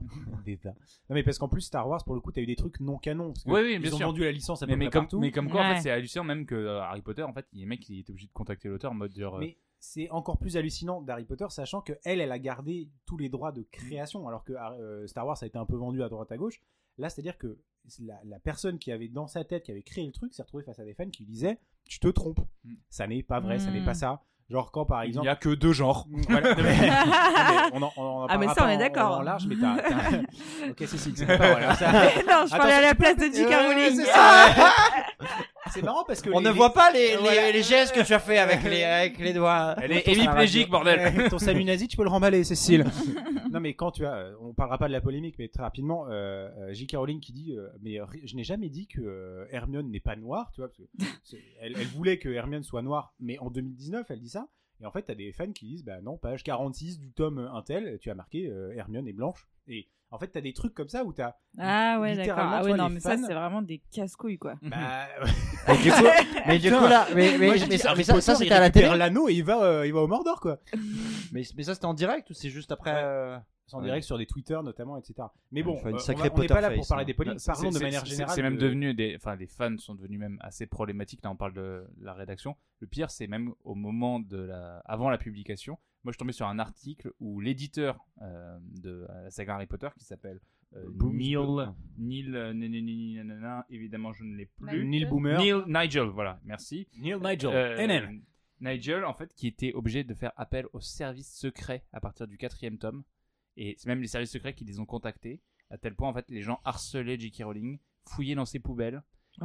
S5: Des tas. Non mais parce qu'en plus Star Wars, pour le coup, t'as eu des trucs non canons. Parce que
S1: Oui, oui,
S5: ils
S1: bien
S5: ont
S1: sûr.
S5: vendu la licence à peu
S1: Mais, mais
S5: près
S1: comme,
S5: partout.
S1: mais comme quoi, en
S3: Ouais.
S1: fait, c'est hallucinant même que euh, Harry Potter, en fait, les mecs, ils étaient obligés de contacter l'auteur en mode dire. euh,
S5: Mais c'est encore plus hallucinant d'Harry Potter, sachant que elle, elle a gardé tous les droits de création, alors que euh, Star Wars a été un peu vendu à droite à gauche. Là, c'est-à-dire que la, la personne qui avait dans sa tête, qui avait créé le truc, s'est retrouvée face à des fans qui lui disaient "Tu te trompes,
S2: Hmm.
S1: Mm.
S5: ça n'est pas vrai, ça
S3: Mm.
S5: n'est pas ça." Genre quand par
S1: il
S5: exemple, Mm,
S1: n'y a que deux genres. *laughs*
S5: Voilà. Non, mais- *laughs* non, mais on en, on en
S3: Ah, mais
S5: parlera
S3: ça, on
S5: pas
S3: est
S5: en-
S3: d'accord.
S5: En large, mais t'as.
S3: *laughs*
S5: t'as- ok, Cécile, c'est pas voilà, ça- Euh,
S3: non, je parlais à la place de J.K. Rowling. *laughs*
S5: C'est marrant parce que
S2: On
S5: les-
S2: ne voit pas les,
S1: *laughs*
S5: les-
S2: les, gestes que tu as fait avec les, avec les doigts.
S1: Elle
S5: *laughs*
S1: est hémiplégique, bordel. *laughs*
S5: Eh, ton salut nazi, tu peux le remballer, Cécile. non, mais quand tu as, euh, on parlera pas de la polémique, mais très rapidement, euh, euh, J.K. Rowling qui dit, euh, mais euh, je n'ai jamais dit que euh, Hermione n'est pas noire, tu vois, parce que c'est- elle, elle voulait que Hermione soit noire, mais en 2019, elle dit ça. Et en fait, t'as des fans qui disent, bah non, page 46 du tome euh, Intel, tu as marqué euh, Hermione est blanche. Et en fait, t'as des trucs comme ça où t'as,
S3: Ah ouais, d'accord.
S5: Littéralement,
S3: Ah
S5: tu
S3: ouais,
S5: vois,
S3: non,
S5: les
S3: mais ça,
S5: fans-
S3: c'est vraiment des casse-couilles, quoi.
S1: Mhm.
S5: bah,
S2: Mais du coup, mais du coup là, mais, mais,
S5: moi, j'ai
S2: mais
S5: dit,
S2: ça,
S5: Harry
S2: mais ça, ça,
S5: Potter,
S2: c'était
S5: il
S2: à
S5: *laughs*
S2: la
S5: récupère
S2: télé.
S5: l'anneau et il va, euh, il va au Mordor, quoi.
S4: Mais, mais ça, c'était en direct ou c'est juste après
S5: Ouais.
S4: euh,
S5: en
S4: Ouais.
S5: direct sur des Twitter notamment, etc. Mais
S4: Ouais,
S5: bon,
S4: il faut une
S5: euh,
S4: sacrée
S5: on va- on n'est pas là
S4: Potterface,
S5: pour parler
S4: hein.
S5: des polémiques.
S1: C'est-
S5: Parlons de
S1: c'est-
S5: manière
S1: c'est-
S5: générale.
S1: C'est même
S5: de-
S1: devenu des. Enfin, les fans sont devenus même assez problématiques. Là, on parle de la rédaction. Le pire, c'est même au moment de la. Avant la publication, moi, je tombais sur un article où l'éditeur euh, de la saga Harry Potter, qui s'appelle euh, Neil. Neil. euh, nanani, nanana, évidemment, je ne l'ai plus.
S5: Neil Boomer.
S1: Neil Nigel, voilà, merci.
S5: Neil Nigel.
S1: Euh,
S5: NN.
S1: Nigel, en fait, qui était obligé de faire appel aux services secrets à partir du quatrième tome. Et c'est même les services secrets qui les ont contactés, à tel point, en fait, les gens harcelaient J.K. Rowling, fouillaient dans ses poubelles.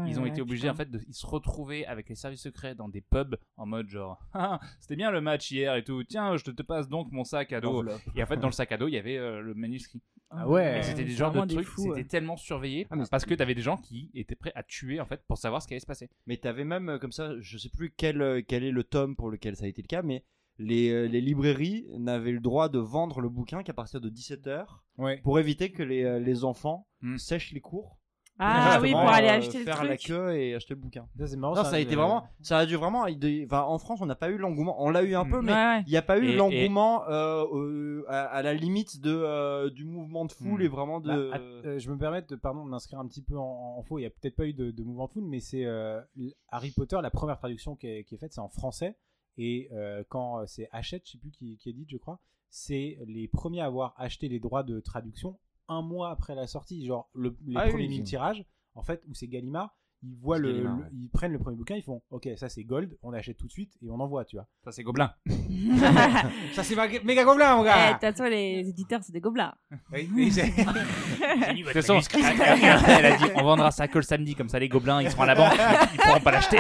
S1: ils ont été obligés, en fait, de ils se retrouver avec les services secrets dans des pubs en mode genre, *laughs* Ah, c'était bien le match hier et tout, tiens, je te, te passe donc mon sac à dos. Et en fait, dans le sac à dos, il y avait euh, le manuscrit.
S3: Ah
S5: ouais.
S1: Et
S5: Euh,
S1: c'était des genres de trucs, c'était tellement surveillé
S4: Ah, mais
S1: parce que t'avais des gens qui étaient prêts à tuer, en fait, pour savoir ce qui allait se passer.
S4: Mais t'avais même euh, comme ça, je sais plus quel, euh, quel est le tome pour lequel ça a été le cas, mais les, euh, les librairies n'avaient le droit de vendre le bouquin qu'à partir de 17h
S5: Ouais.
S4: pour éviter que les, euh, les enfants
S1: Mm.
S4: sèchent les cours.
S3: Ah oui,
S4: Justement,
S3: pour aller
S4: euh,
S3: acheter le
S4: faire la
S3: truc.
S4: queue et acheter le bouquin.
S5: Ça, c'est marrant,
S4: Non, ça a été
S5: euh,
S4: vraiment, ça a dû vraiment, enfin, en France, on n'a pas eu l'engouement, on l'a eu un
S1: Mm.
S4: peu,
S3: Ouais,
S4: mais
S3: ouais.
S4: il n'y a pas eu
S1: Et-
S4: l'engouement euh, euh, à, à la limite de, euh, du mouvement de foule
S1: Mm.
S4: et vraiment
S5: bah,
S4: de.
S5: att- euh, je me permets de, pardon, de m'inscrire un petit peu en, en faux. Il n'y a peut-être pas eu de, de mouvement de foule, mais c'est euh, l- Harry Potter, la première traduction qui est, qui est faite, c'est en français. Et euh, quand euh, c'est Hachette, je sais plus qui, qui est dit, je crois, c'est les premiers à avoir acheté les droits de traduction un mois après la sortie. Genre, le, les
S4: Ah oui,
S5: premiers
S4: oui.
S5: mille tirages, en fait, où c'est Gallimard, ils voient
S4: C'est
S5: le,
S4: Gallimard,
S5: le-
S4: ouais.
S5: ils prennent le premier bouquin, ils font, ok, ça c'est gold, on achète tout de suite et on envoie, tu vois.
S1: Ça, c'est Gobelin.
S2: Ça c'est ma- méga gobelin, mon
S3: Eh,
S2: gars.
S3: t'as toi, les éditeurs, c'est des gobelins.
S5: Oui, oui, c'est-
S1: De toute façon,
S5: *laughs*
S1: elle a dit on vendra ça que le samedi, comme ça les gobelins ils seront à la banque, ils pourront pas l'acheter.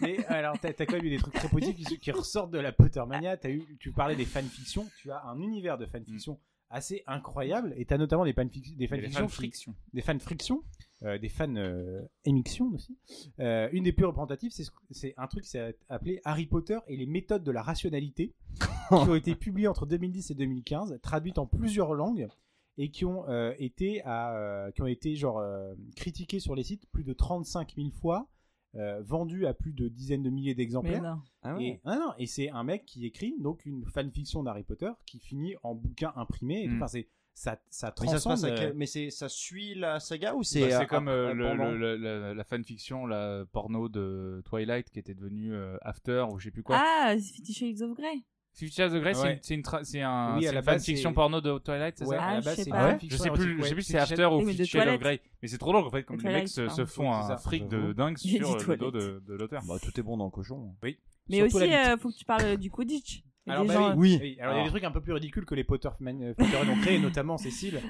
S5: Mais alors, t'as as quand même eu des trucs très positifs qui, qui ressortent de la Pottermania. As eu, tu parlais des fanfictions. Tu as un univers de fanfiction assez incroyable. Et t'as notamment des, fanfic- des
S1: Il y a des fans
S5: fanfictions qui-
S1: friction.
S5: des fans friction, euh, des fans euh, émiction aussi. Euh, une des plus représentatives, c'est, ce- c'est un truc qui s'est appelé Harry Potter et les méthodes de la
S4: *laughs*
S5: rationalité, qui ont été publiées entre 2010 et 2015, traduites en plusieurs langues et qui ont euh, été à, euh, qui ont été genre euh, critiquées sur les sites plus de 35 000 fois. euh, vendues à plus de dizaines de milliers
S3: Mais
S5: d'exemplaires.
S3: non.
S4: Ah
S5: Et, ah non, et c'est un mec qui écrit donc une fanfiction d'Harry Potter qui finit en bouquin imprimé. Et tout.
S1: Mm.
S5: Enfin, c'est ça, ça
S4: Hmm. Mais ça, se passe
S5: transcende,
S4: avec-
S5: euh,
S4: mais c'est- ça suit la saga ou
S1: Bah,
S4: c'est
S1: C'est
S4: euh,
S1: comme euh,
S4: un-
S1: le-
S4: pendant
S1: le- le- la, la fanfiction, la porno de Twilight qui était devenue euh, After ou je sais plus quoi.
S3: Ah, Fifty Shades of Grey.
S1: Fifty Shades of Grey, c'est
S5: Ouais.
S1: une- c'est une, tra- c'est un,
S5: Oui, à
S1: c'est
S5: la
S1: une
S5: base,
S1: fanfiction
S5: c'est-
S1: porno de Twilight, c'est
S5: Ouais,
S1: ça
S5: à
S3: Ah,
S5: la
S3: je
S5: base,
S3: sais
S5: c'est
S3: pas.
S5: pas
S3: Ouais.
S1: Je
S5: une fiction
S1: sais plus,
S5: érotique,
S1: je sais
S5: ouais,
S1: plus si c'est
S5: c'est
S1: After
S5: Shades-
S1: ou
S3: Oui, mais de
S1: Fifty Shades of
S3: Twilight.
S1: Grey. Mais c'est trop drôle en fait, comme
S3: De
S1: les mecs
S3: Twilight,
S1: se, se
S3: pardon.
S1: font
S5: C'est
S1: un
S5: ça.
S1: fric
S4: J'avoue.
S1: de dingue
S3: Il y a
S1: sur
S3: du
S1: euh, le dos
S3: Twilight.
S1: de, de l'auteur.
S4: Bah, tout est bon dans le cochon.
S3: Mais
S5: Surtout
S3: aussi,
S5: la bite.
S3: euh, faut que tu parles euh, du Quidditch. Et
S5: Alors,
S3: des
S5: bah
S3: gens,
S5: oui.
S3: euh,
S4: Oui.
S5: Oui, alors il y a
S4: Alors.
S5: des trucs un peu plus ridicules que les Potterman euh, Potterheads ont créés, notamment *laughs* Cécile.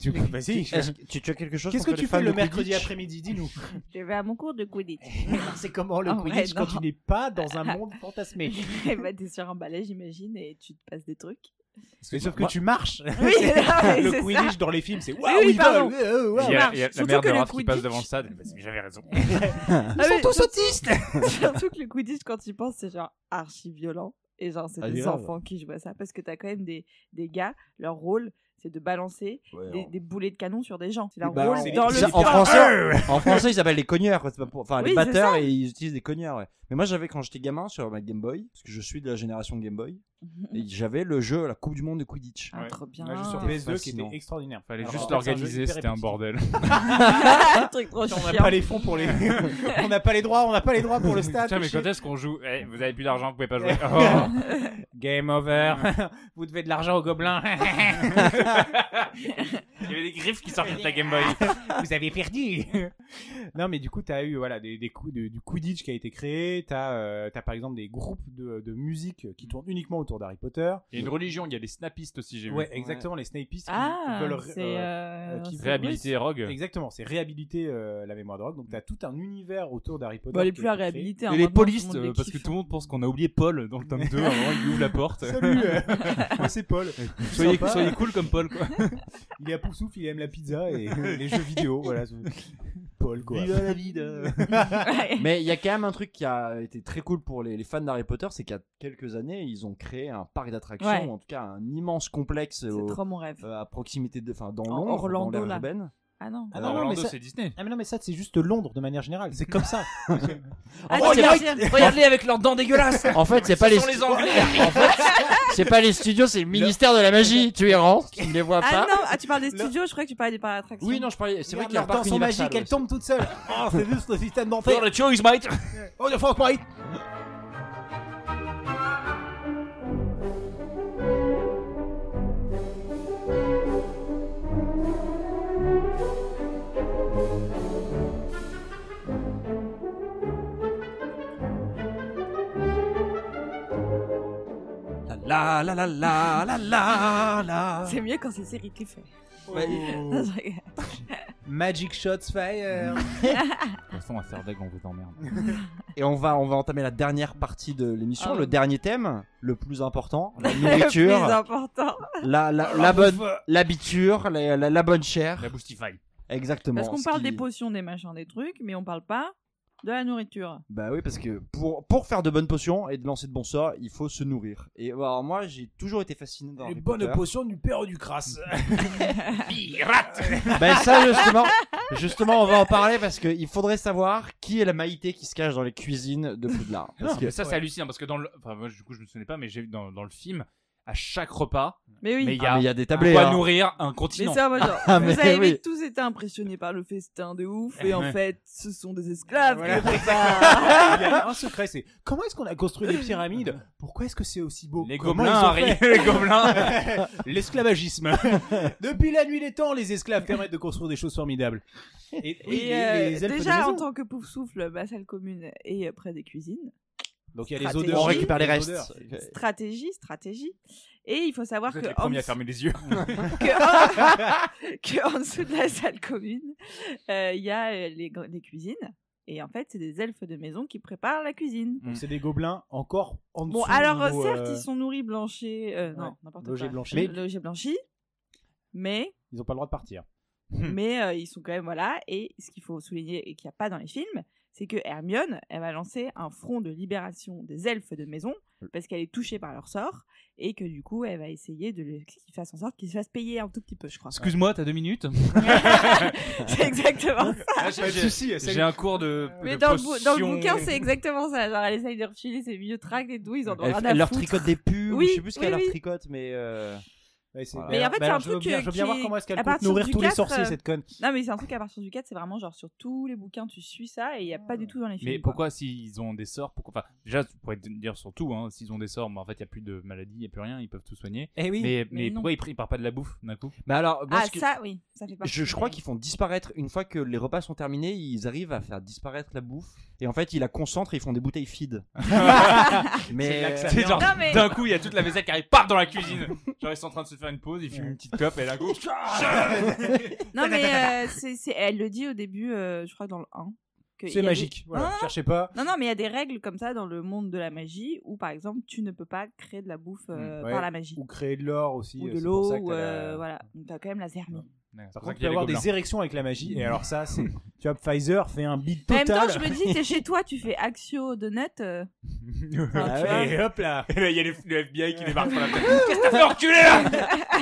S5: tu vas-y.
S4: Est-ce que- tu, tu as quelque chose
S5: Qu'est-ce que
S4: contre
S5: tu
S4: les
S5: fais
S4: fans
S5: le
S4: de
S5: mercredi *laughs*
S4: Quidditch
S5: après-midi Dis-nous.
S3: Je vais à mon cours de Quidditch.
S4: *laughs*
S5: C'est comment le
S3: En vrai,
S5: Quidditch quand
S3: Ah non.
S5: tu n'es pas dans un monde fantasmé
S3: Eh ben, t'es sur un balai, j'imagine, et tu te passes des trucs. Ah
S5: Mais sauf que
S4: Moi-
S5: tu *laughs* marches.
S3: *laughs* Oui, c'est ça.
S5: le Quidditch dans les films, c'est waouh,
S3: Oui, oui,
S5: ils
S3: pardon.
S5: volent. euh, waouh.
S1: Il y a, il y a la
S3: Surtout
S1: mère
S3: que
S1: de
S3: le
S1: Raph qui passe
S3: Quidditch-
S1: devant ça. elle dit, Bah, c'est- J'avais raison.
S5: Ah
S3: Ils sont tous
S5: *laughs* autistes.
S3: Ah *laughs* Surtout que le Quidditch, quand tu y penses, c'est genre archi violent. Et genre, c'est
S4: Ah,
S3: des
S4: grave.
S3: enfants qui jouent à ça. Parce que t'as quand même des, des gars, leur rôle, c'est de balancer
S4: Ouais,
S3: des, des boulets de canon sur des gens. C'est leur
S4: Bah,
S3: rôle
S5: c'est
S3: dans
S5: les-
S3: le
S4: Ça, en
S3: sport.
S5: *laughs*
S4: français, en français, ils s'appellent les cogneurs, quoi. C'est pas pour- enfin
S3: Oui,
S4: les
S3: c'est
S4: batteurs,
S3: ça.
S4: et ils utilisent des cogneurs. ouais. Mais moi, j'avais quand j'étais gamin sur ma Game Boy, parce que je suis de la génération Game Boy, et j'avais le jeu la Coupe du Monde de Quidditch.
S3: *laughs* Mm. Ah,
S1: Ouais.
S3: trop bien.
S5: On a juste sur PS2 qui
S4: Fascinant.
S5: était extraordinaire.
S1: Fallait
S5: Alors,
S1: juste
S5: c'est un jeu
S1: l'organiser,
S5: hyper
S1: c'était un
S5: répétitif.
S1: bordel.
S3: *laughs* Un truc trop
S5: On n'a
S3: chiant.
S5: pas les fonds *laughs* pour les. on n'a pas les droits, on n'a pas les droits
S1: *laughs*
S5: pour le stade.
S1: Tiens, mais
S5: chier.
S1: quand est-ce qu'on joue Eh, Vous avez plus d'argent, vous pouvez pas jouer. Oh.
S5: Game over. *laughs* Vous devez de l'argent
S3: *laughs*
S5: aux gobelins.
S1: Il y avait des griffes qui sortaient de ta Game Boy.
S5: *laughs* Vous avez perdu. *laughs* non, mais du coup, t'as eu voilà des, des coups de- du Quidditch qui a été créé. T'as euh, t'as par exemple des groupes de, de musique qui tournent uniquement autour d'Harry Potter.
S1: Il y a une religion, il y a les snappistes aussi, j'ai
S5: Ouais,
S1: vu.
S5: exactement. Les Snapistes qui, qui
S3: Ah,
S5: veulent ré-
S3: c'est.
S5: euh,
S3: euh,
S5: qui
S3: c'est
S1: Réhabilité et
S5: euh,
S1: Rogue.
S5: Exactement, c'est réhabiliter euh, la mémoire de Rogue. Donc t'as tout un univers autour d'Harry Potter.
S3: Bon, elle est
S5: qui a
S3: plus à
S5: été créé.
S3: réhabiliter. hein,
S1: Et les
S3: maintenant, tout le
S1: polices,
S3: monde les
S1: euh, parce que
S3: kiffe.
S1: tout le monde pense qu'on a oublié Paul dans le tome 2, à un moment, il ouvre la porte.
S3: *laughs*
S5: Salut, euh, moi c'est Paul.
S1: *laughs* Soyez,
S5: Sympa.
S1: soyez cool comme Paul, quoi.
S5: Il est à Poufsouffle, il aime la pizza
S4: *laughs*
S5: et les jeux vidéo. Voilà, c'est- Paul quoi.
S4: la vida
S3: *laughs* Ouais.
S4: *laughs* Mais il y a quand même un truc qui a été très cool pour les, les fans d'Harry Potter, c'est qu'il y a quelques années, ils ont créé un parc d'attractions,
S3: Ouais.
S4: ou en tout cas un immense complexe
S3: C'est
S4: au-
S3: trop mon rêve.
S4: euh, à proximité de, enfin dans
S3: En
S4: Londres,
S3: Orlando,
S4: dans l'aire
S3: là.
S4: urbaine.
S3: Ah non.
S5: Ah
S1: Alors,
S5: non, non, mais
S1: Orlando,
S5: ça-
S1: c'est Disney.
S5: Ah mais non mais ça c'est juste Londres de manière générale, c'est comme *laughs* ça.
S4: En
S3: Ah,
S4: fait, c'est
S3: regarde,
S4: pas-
S3: regarde.
S4: avec leurs dents dégueulasses. En fait, c'est pas les.
S1: sont les Anglais.
S4: *laughs* en fait, c'est pas les studios, c'est le ministère de la magie. Tu y rentres, tu ne les vois
S3: Ah
S4: pas.
S3: non, ah, tu parles des studios, je crois que tu parlais des parcs d'attractions.
S4: Oui, non, je parlais. C'est vrai
S5: Regarde
S4: qu'il y a un
S5: leur
S4: parc
S5: dents sont
S4: universal,
S5: magiques, elles
S4: ouais,
S5: tombent toutes seules. *laughs* Oh, c'est juste le système dentaire.
S1: You're the choice, mate.
S5: Oh, de France Marie.
S4: c'est- La la la la la la la.
S3: C'est mieux quand c'est série Clifford.
S4: Oh.
S3: *laughs*
S5: *laughs* Magic Shots Fire.
S1: De toute façon, on va faire on vous emmerde.
S4: Et on va on va entamer la dernière partie de l'émission,
S3: Ah oui.
S4: le dernier thème, le plus important, *laughs* la
S3: Le plus
S4: nourriture,
S3: important.
S4: la la la bonne l'habiture, la, la- la bonne chair.
S1: La Boostify.
S4: Exactement.
S3: Parce qu'on
S4: ce
S3: parle
S4: qui-
S3: des potions, des machins, des trucs, mais on parle pas de la nourriture.
S4: Bah oui, parce que pour pour faire de bonnes potions et de lancer de bons sorts, il faut se nourrir. Et bah, alors moi, j'ai toujours été fasciné dans
S5: Les
S4: Harry
S5: bonnes
S4: Potter.
S5: potions du père du
S4: *laughs*
S5: crasse.
S1: Pirate
S4: Ben ça justement, justement on va en parler parce qu'il faudrait savoir qui est la Maïté qui se cache dans les cuisines de Poudlard. Parce
S1: Non,
S4: que-
S1: mais ça, c'est hallucinant parce que dans le. Enfin, moi, du coup, je me souvenais pas, mais j'ai vu dans, dans le film, à chaque repas,
S3: Mais oui.
S1: Mais il y
S4: Ah,
S1: a
S4: mais il y a des
S1: on
S4: tablés.
S1: va
S4: hein.
S1: nourrir un
S3: Mais
S1: continent.
S3: ça, moi, genre,
S4: *laughs* Ah,
S3: vous
S4: mais
S3: avez
S4: oui.
S3: tous été impressionnés par le festin de ouf, et en
S1: Eh Ouais.
S3: fait, ce sont des esclaves.
S1: *laughs*
S5: Voilà.
S3: quelque part.
S5: Il y
S4: *laughs*
S5: a un secret, c'est comment est-ce qu'on a construit les pyramides Pourquoi est-ce que c'est aussi beau
S1: Les
S5: Comment
S1: gobelins,
S5: ils ont
S1: Harry.
S5: fait
S1: *laughs* Les gobelins.
S4: *laughs*
S5: L'esclavagisme. Depuis la nuit des temps, les esclaves permettent de construire des choses formidables. Et, oui,
S3: Et,
S5: les-
S3: euh,
S5: les elfes de
S3: déjà, en
S5: maison.
S3: tant que pouf souffle, ma salle commune est euh, près des cuisines.
S5: Donc il y a les
S3: stratégie.
S5: odeurs.
S4: On récupère les restes.
S5: odeurs.
S3: Stratégie, stratégie. Et il faut savoir
S1: Vous
S3: que
S1: êtes les
S3: en
S1: premiers à fermer les yeux.
S3: *laughs* que, que en dessous de la salle commune, euh, il y a euh, les, gr- les cuisines Et en fait, c'est des elfes de maison qui préparent la cuisine.
S5: Donc c'est des gobelins encore en dessous.
S3: Bon, alors
S5: niveau,
S3: euh, certes,
S5: euh,
S3: ils sont nourris, blanchis, euh, non,
S5: ouais,
S3: n'importe
S5: logés,
S3: quoi.
S5: blanchis.
S3: Mais...
S5: Mais-
S3: Logés, blanchis. Mais,
S5: euh, Ils ont pas le droit de partir.
S4: Mmh.
S5: Hmm.
S3: mais euh, ils sont quand même voilà. Et ce qu'il faut souligner et qu'il n'y a pas dans les films, c'est que Hermione, elle va lancer un front de libération des elfes de maison parce qu'elle est touchée par leur sort et que du coup, elle va essayer de le- qu'ils fassent en sorte qu'ils se fassent payer un tout petit peu, je crois.
S1: Excuse-moi, t'as deux minutes
S3: *laughs*
S1: *laughs*
S3: c'est exactement ça.
S2: Pas de soucis, c'est-
S1: J'ai un cours de.
S3: Mais
S1: de
S3: dans le, bou- dans le
S1: potion.
S3: bouquin, c'est exactement ça. Genre, elle essaye de refiler ses vieux tracts et tout, ils en ont
S4: Elle,
S3: rien à
S4: elle leur
S3: foutre.
S4: tricote des pulls,
S3: Oui,
S4: je sais plus ce qu'elle
S3: oui,
S4: leur
S3: oui.
S4: tricote, mais. euh,
S5: Ouais, c'est-
S4: Voilà.
S3: Mais en fait,
S5: bah
S3: c'est
S5: alors,
S3: un
S5: je veux
S3: truc,
S5: bien-
S3: euh,
S5: je veux bien
S3: qui
S5: voir
S3: est-
S5: comment est-ce
S3: à
S5: qu'elle compte
S3: partir
S5: nourrir
S3: du
S5: tous les
S3: quatre,
S5: sorciers,
S3: euh,
S5: cette conne.
S3: Non, mais c'est un truc à partir du 4, c'est vraiment genre sur tous les bouquins, tu suis ça et il n'y a pas du tout dans les films.
S1: Mais
S3: quoi.
S1: pourquoi s'ils ont des sorts pourquoi... Enfin, déjà, tu pourrais te dire sur tout, hein, s'ils ont des sorts, mais en fait, il n'y a plus de maladie, il n'y a plus rien, ils peuvent tout soigner.
S4: Eh oui.
S1: Mais, mais,
S3: mais non.
S1: pourquoi ils ne partent pas de la bouffe d'un coup
S4: Mais bah, alors, moi,
S3: Ah,
S4: ce que-
S3: ça, oui, ça
S5: Bah,
S3: fait partie.
S4: je, je crois
S3: des-
S4: qu'ils font disparaître une fois que les repas sont terminés, ils arrivent à faire disparaître la bouffe et en fait ils la concentrent et ils font des bouteilles
S5: *laughs*
S4: feed. *laughs*
S5: C'est là
S4: Ah, mais
S5: que ça-
S1: C'est genre,
S3: Non, mais-
S1: d'un coup, il y a toute la vaisselle qui arrive, part dans la cuisine Genre, ils sont en train de se faire une pause, ils fument une petite clope, et d'un coup,
S3: Non, mais euh, c'est- c'est- elle le dit au début, euh, je crois, dans le 1. que il y
S5: C'est
S3: a des-
S5: magique. Voilà,
S3: hein
S5: cherchez pas.
S3: Non, non, mais il y a des règles comme ça dans le monde de la magie où, par exemple, tu ne peux pas créer de la bouffe euh,
S5: Mm, ouais.
S3: par la magie.
S5: Ou créer de l'or aussi.
S3: Ou
S5: euh,
S3: de
S5: c'est
S3: l'eau,
S5: pour ça Mmh. que
S3: ou.
S5: t'as la-
S3: euh, Voilà, donc t'as quand même la zermie.
S1: C'est
S5: Par
S1: pour ça
S5: contre,
S1: qu'il
S5: tu peux
S1: y a les
S5: avoir des
S1: gobelins.
S5: érections avec la magie. Et alors ça, c'est... Tu vois, Pfizer fait un beat
S3: Mais En même temps,
S5: total.
S3: je me dis, t'es chez toi, tu fais Axio Donut.
S5: *laughs*
S3: euh,
S5: Ah
S3: tu
S5: ouais, Et hop là
S1: Et là, il y a les- le FBI qui débarque *laughs* sur la tête. Qu'est-ce que t'as fait enculé là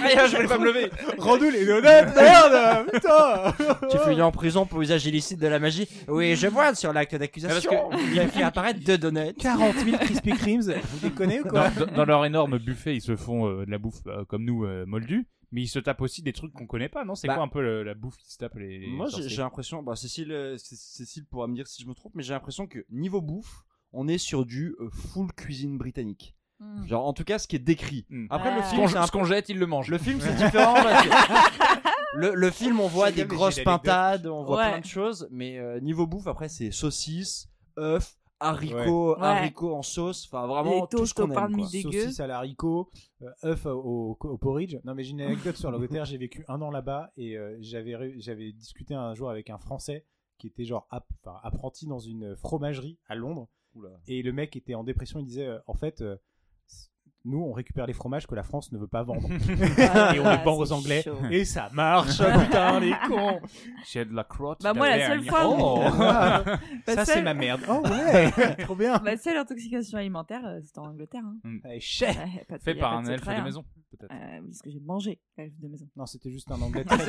S1: Rien, je voulais pas me lever
S5: Rendez les donuts, merde Putain
S4: tu fais en prison pour usage illicite de la magie. Oui, je vois sur l'acte d'accusation. Il a fait apparaître deux donuts.
S5: 40 000 Krispy Kremes, vous déconnez ou quoi
S1: *laughs* dans, dans- dans leur énorme buffet, ils se font euh, de la bouffe euh, comme nous, euh, moldus, mais ils se tapent aussi des trucs qu'on connaît pas, non C'est
S4: Bah.
S1: quoi un peu le- la bouffe qui se tape les. les
S4: Moi, j'ai
S1: sorciers
S4: j'ai l'impression, bah, Cécile, euh, Cé- Cécile pourra me dire si je me trompe, mais j'ai l'impression que niveau bouffe, on est sur du euh, full cuisine britannique.
S5: Hmm.
S3: Mm.
S4: Genre, en tout cas, ce qui est décrit.
S1: Mm.
S4: Après, le
S5: Euh,
S3: Ah.
S4: film, c'est un
S1: jette, ils le mangent.
S4: Le film, c'est différent. parce
S3: *laughs*
S4: que- le, le film, on voit
S5: Je
S4: des
S5: rigole, mais
S4: grosses
S5: j'ai l'anecdote.
S4: pintades, on voit
S3: Ouais.
S4: plein de choses, mais euh, niveau bouffe, après, c'est saucisses, œufs, haricots,
S3: Ouais.
S4: haricots en sauce, enfin vraiment
S3: Les
S4: tout
S3: toasts
S4: ce qu'on
S3: au pain
S4: aime.
S3: de
S4: quoi.
S3: midi. dégueu.
S5: Saucisse à l'haricot, euh, œuf au, au- au porridge. Non, mais j'ai une anecdote sur l'Angleterre. J'ai vécu un an là-bas et euh, j'avais ré- j'avais discuté un jour avec un Français qui était genre ap- enfin, apprenti dans une fromagerie à Londres. Et le mec était en dépression. Il disait euh, en fait. euh, c- nous, on récupère les fromages que la France ne veut pas vendre.
S3: Ah,
S5: et on
S3: voilà,
S5: les vend aux
S3: c'est
S5: Anglais. *laughs*
S3: chaud.
S5: Et ça marche, putain, les cons.
S1: *laughs* J'ai de la crotte.
S3: Bah, moi, la seule
S1: d'Auvergne.
S3: fois où-
S5: Oh,
S3: *laughs* Bah, seule-
S5: ça, c'est ma merde. Oh, ouais, trop bien.
S3: Ma seule intoxication alimentaire, euh, c'était en Angleterre. hein. *laughs*
S5: Eh, chef.
S3: Ouais, pas de-
S1: Fait
S3: y a
S1: par
S3: pas
S1: un
S3: de
S1: elfe
S3: secret,
S1: de
S3: hein.
S1: maison, peut-être.
S3: Euh, oui, ce que j'ai mangé, l'elfe de
S5: *laughs*
S3: maison.
S5: Non, c'était juste un anglais. très bien.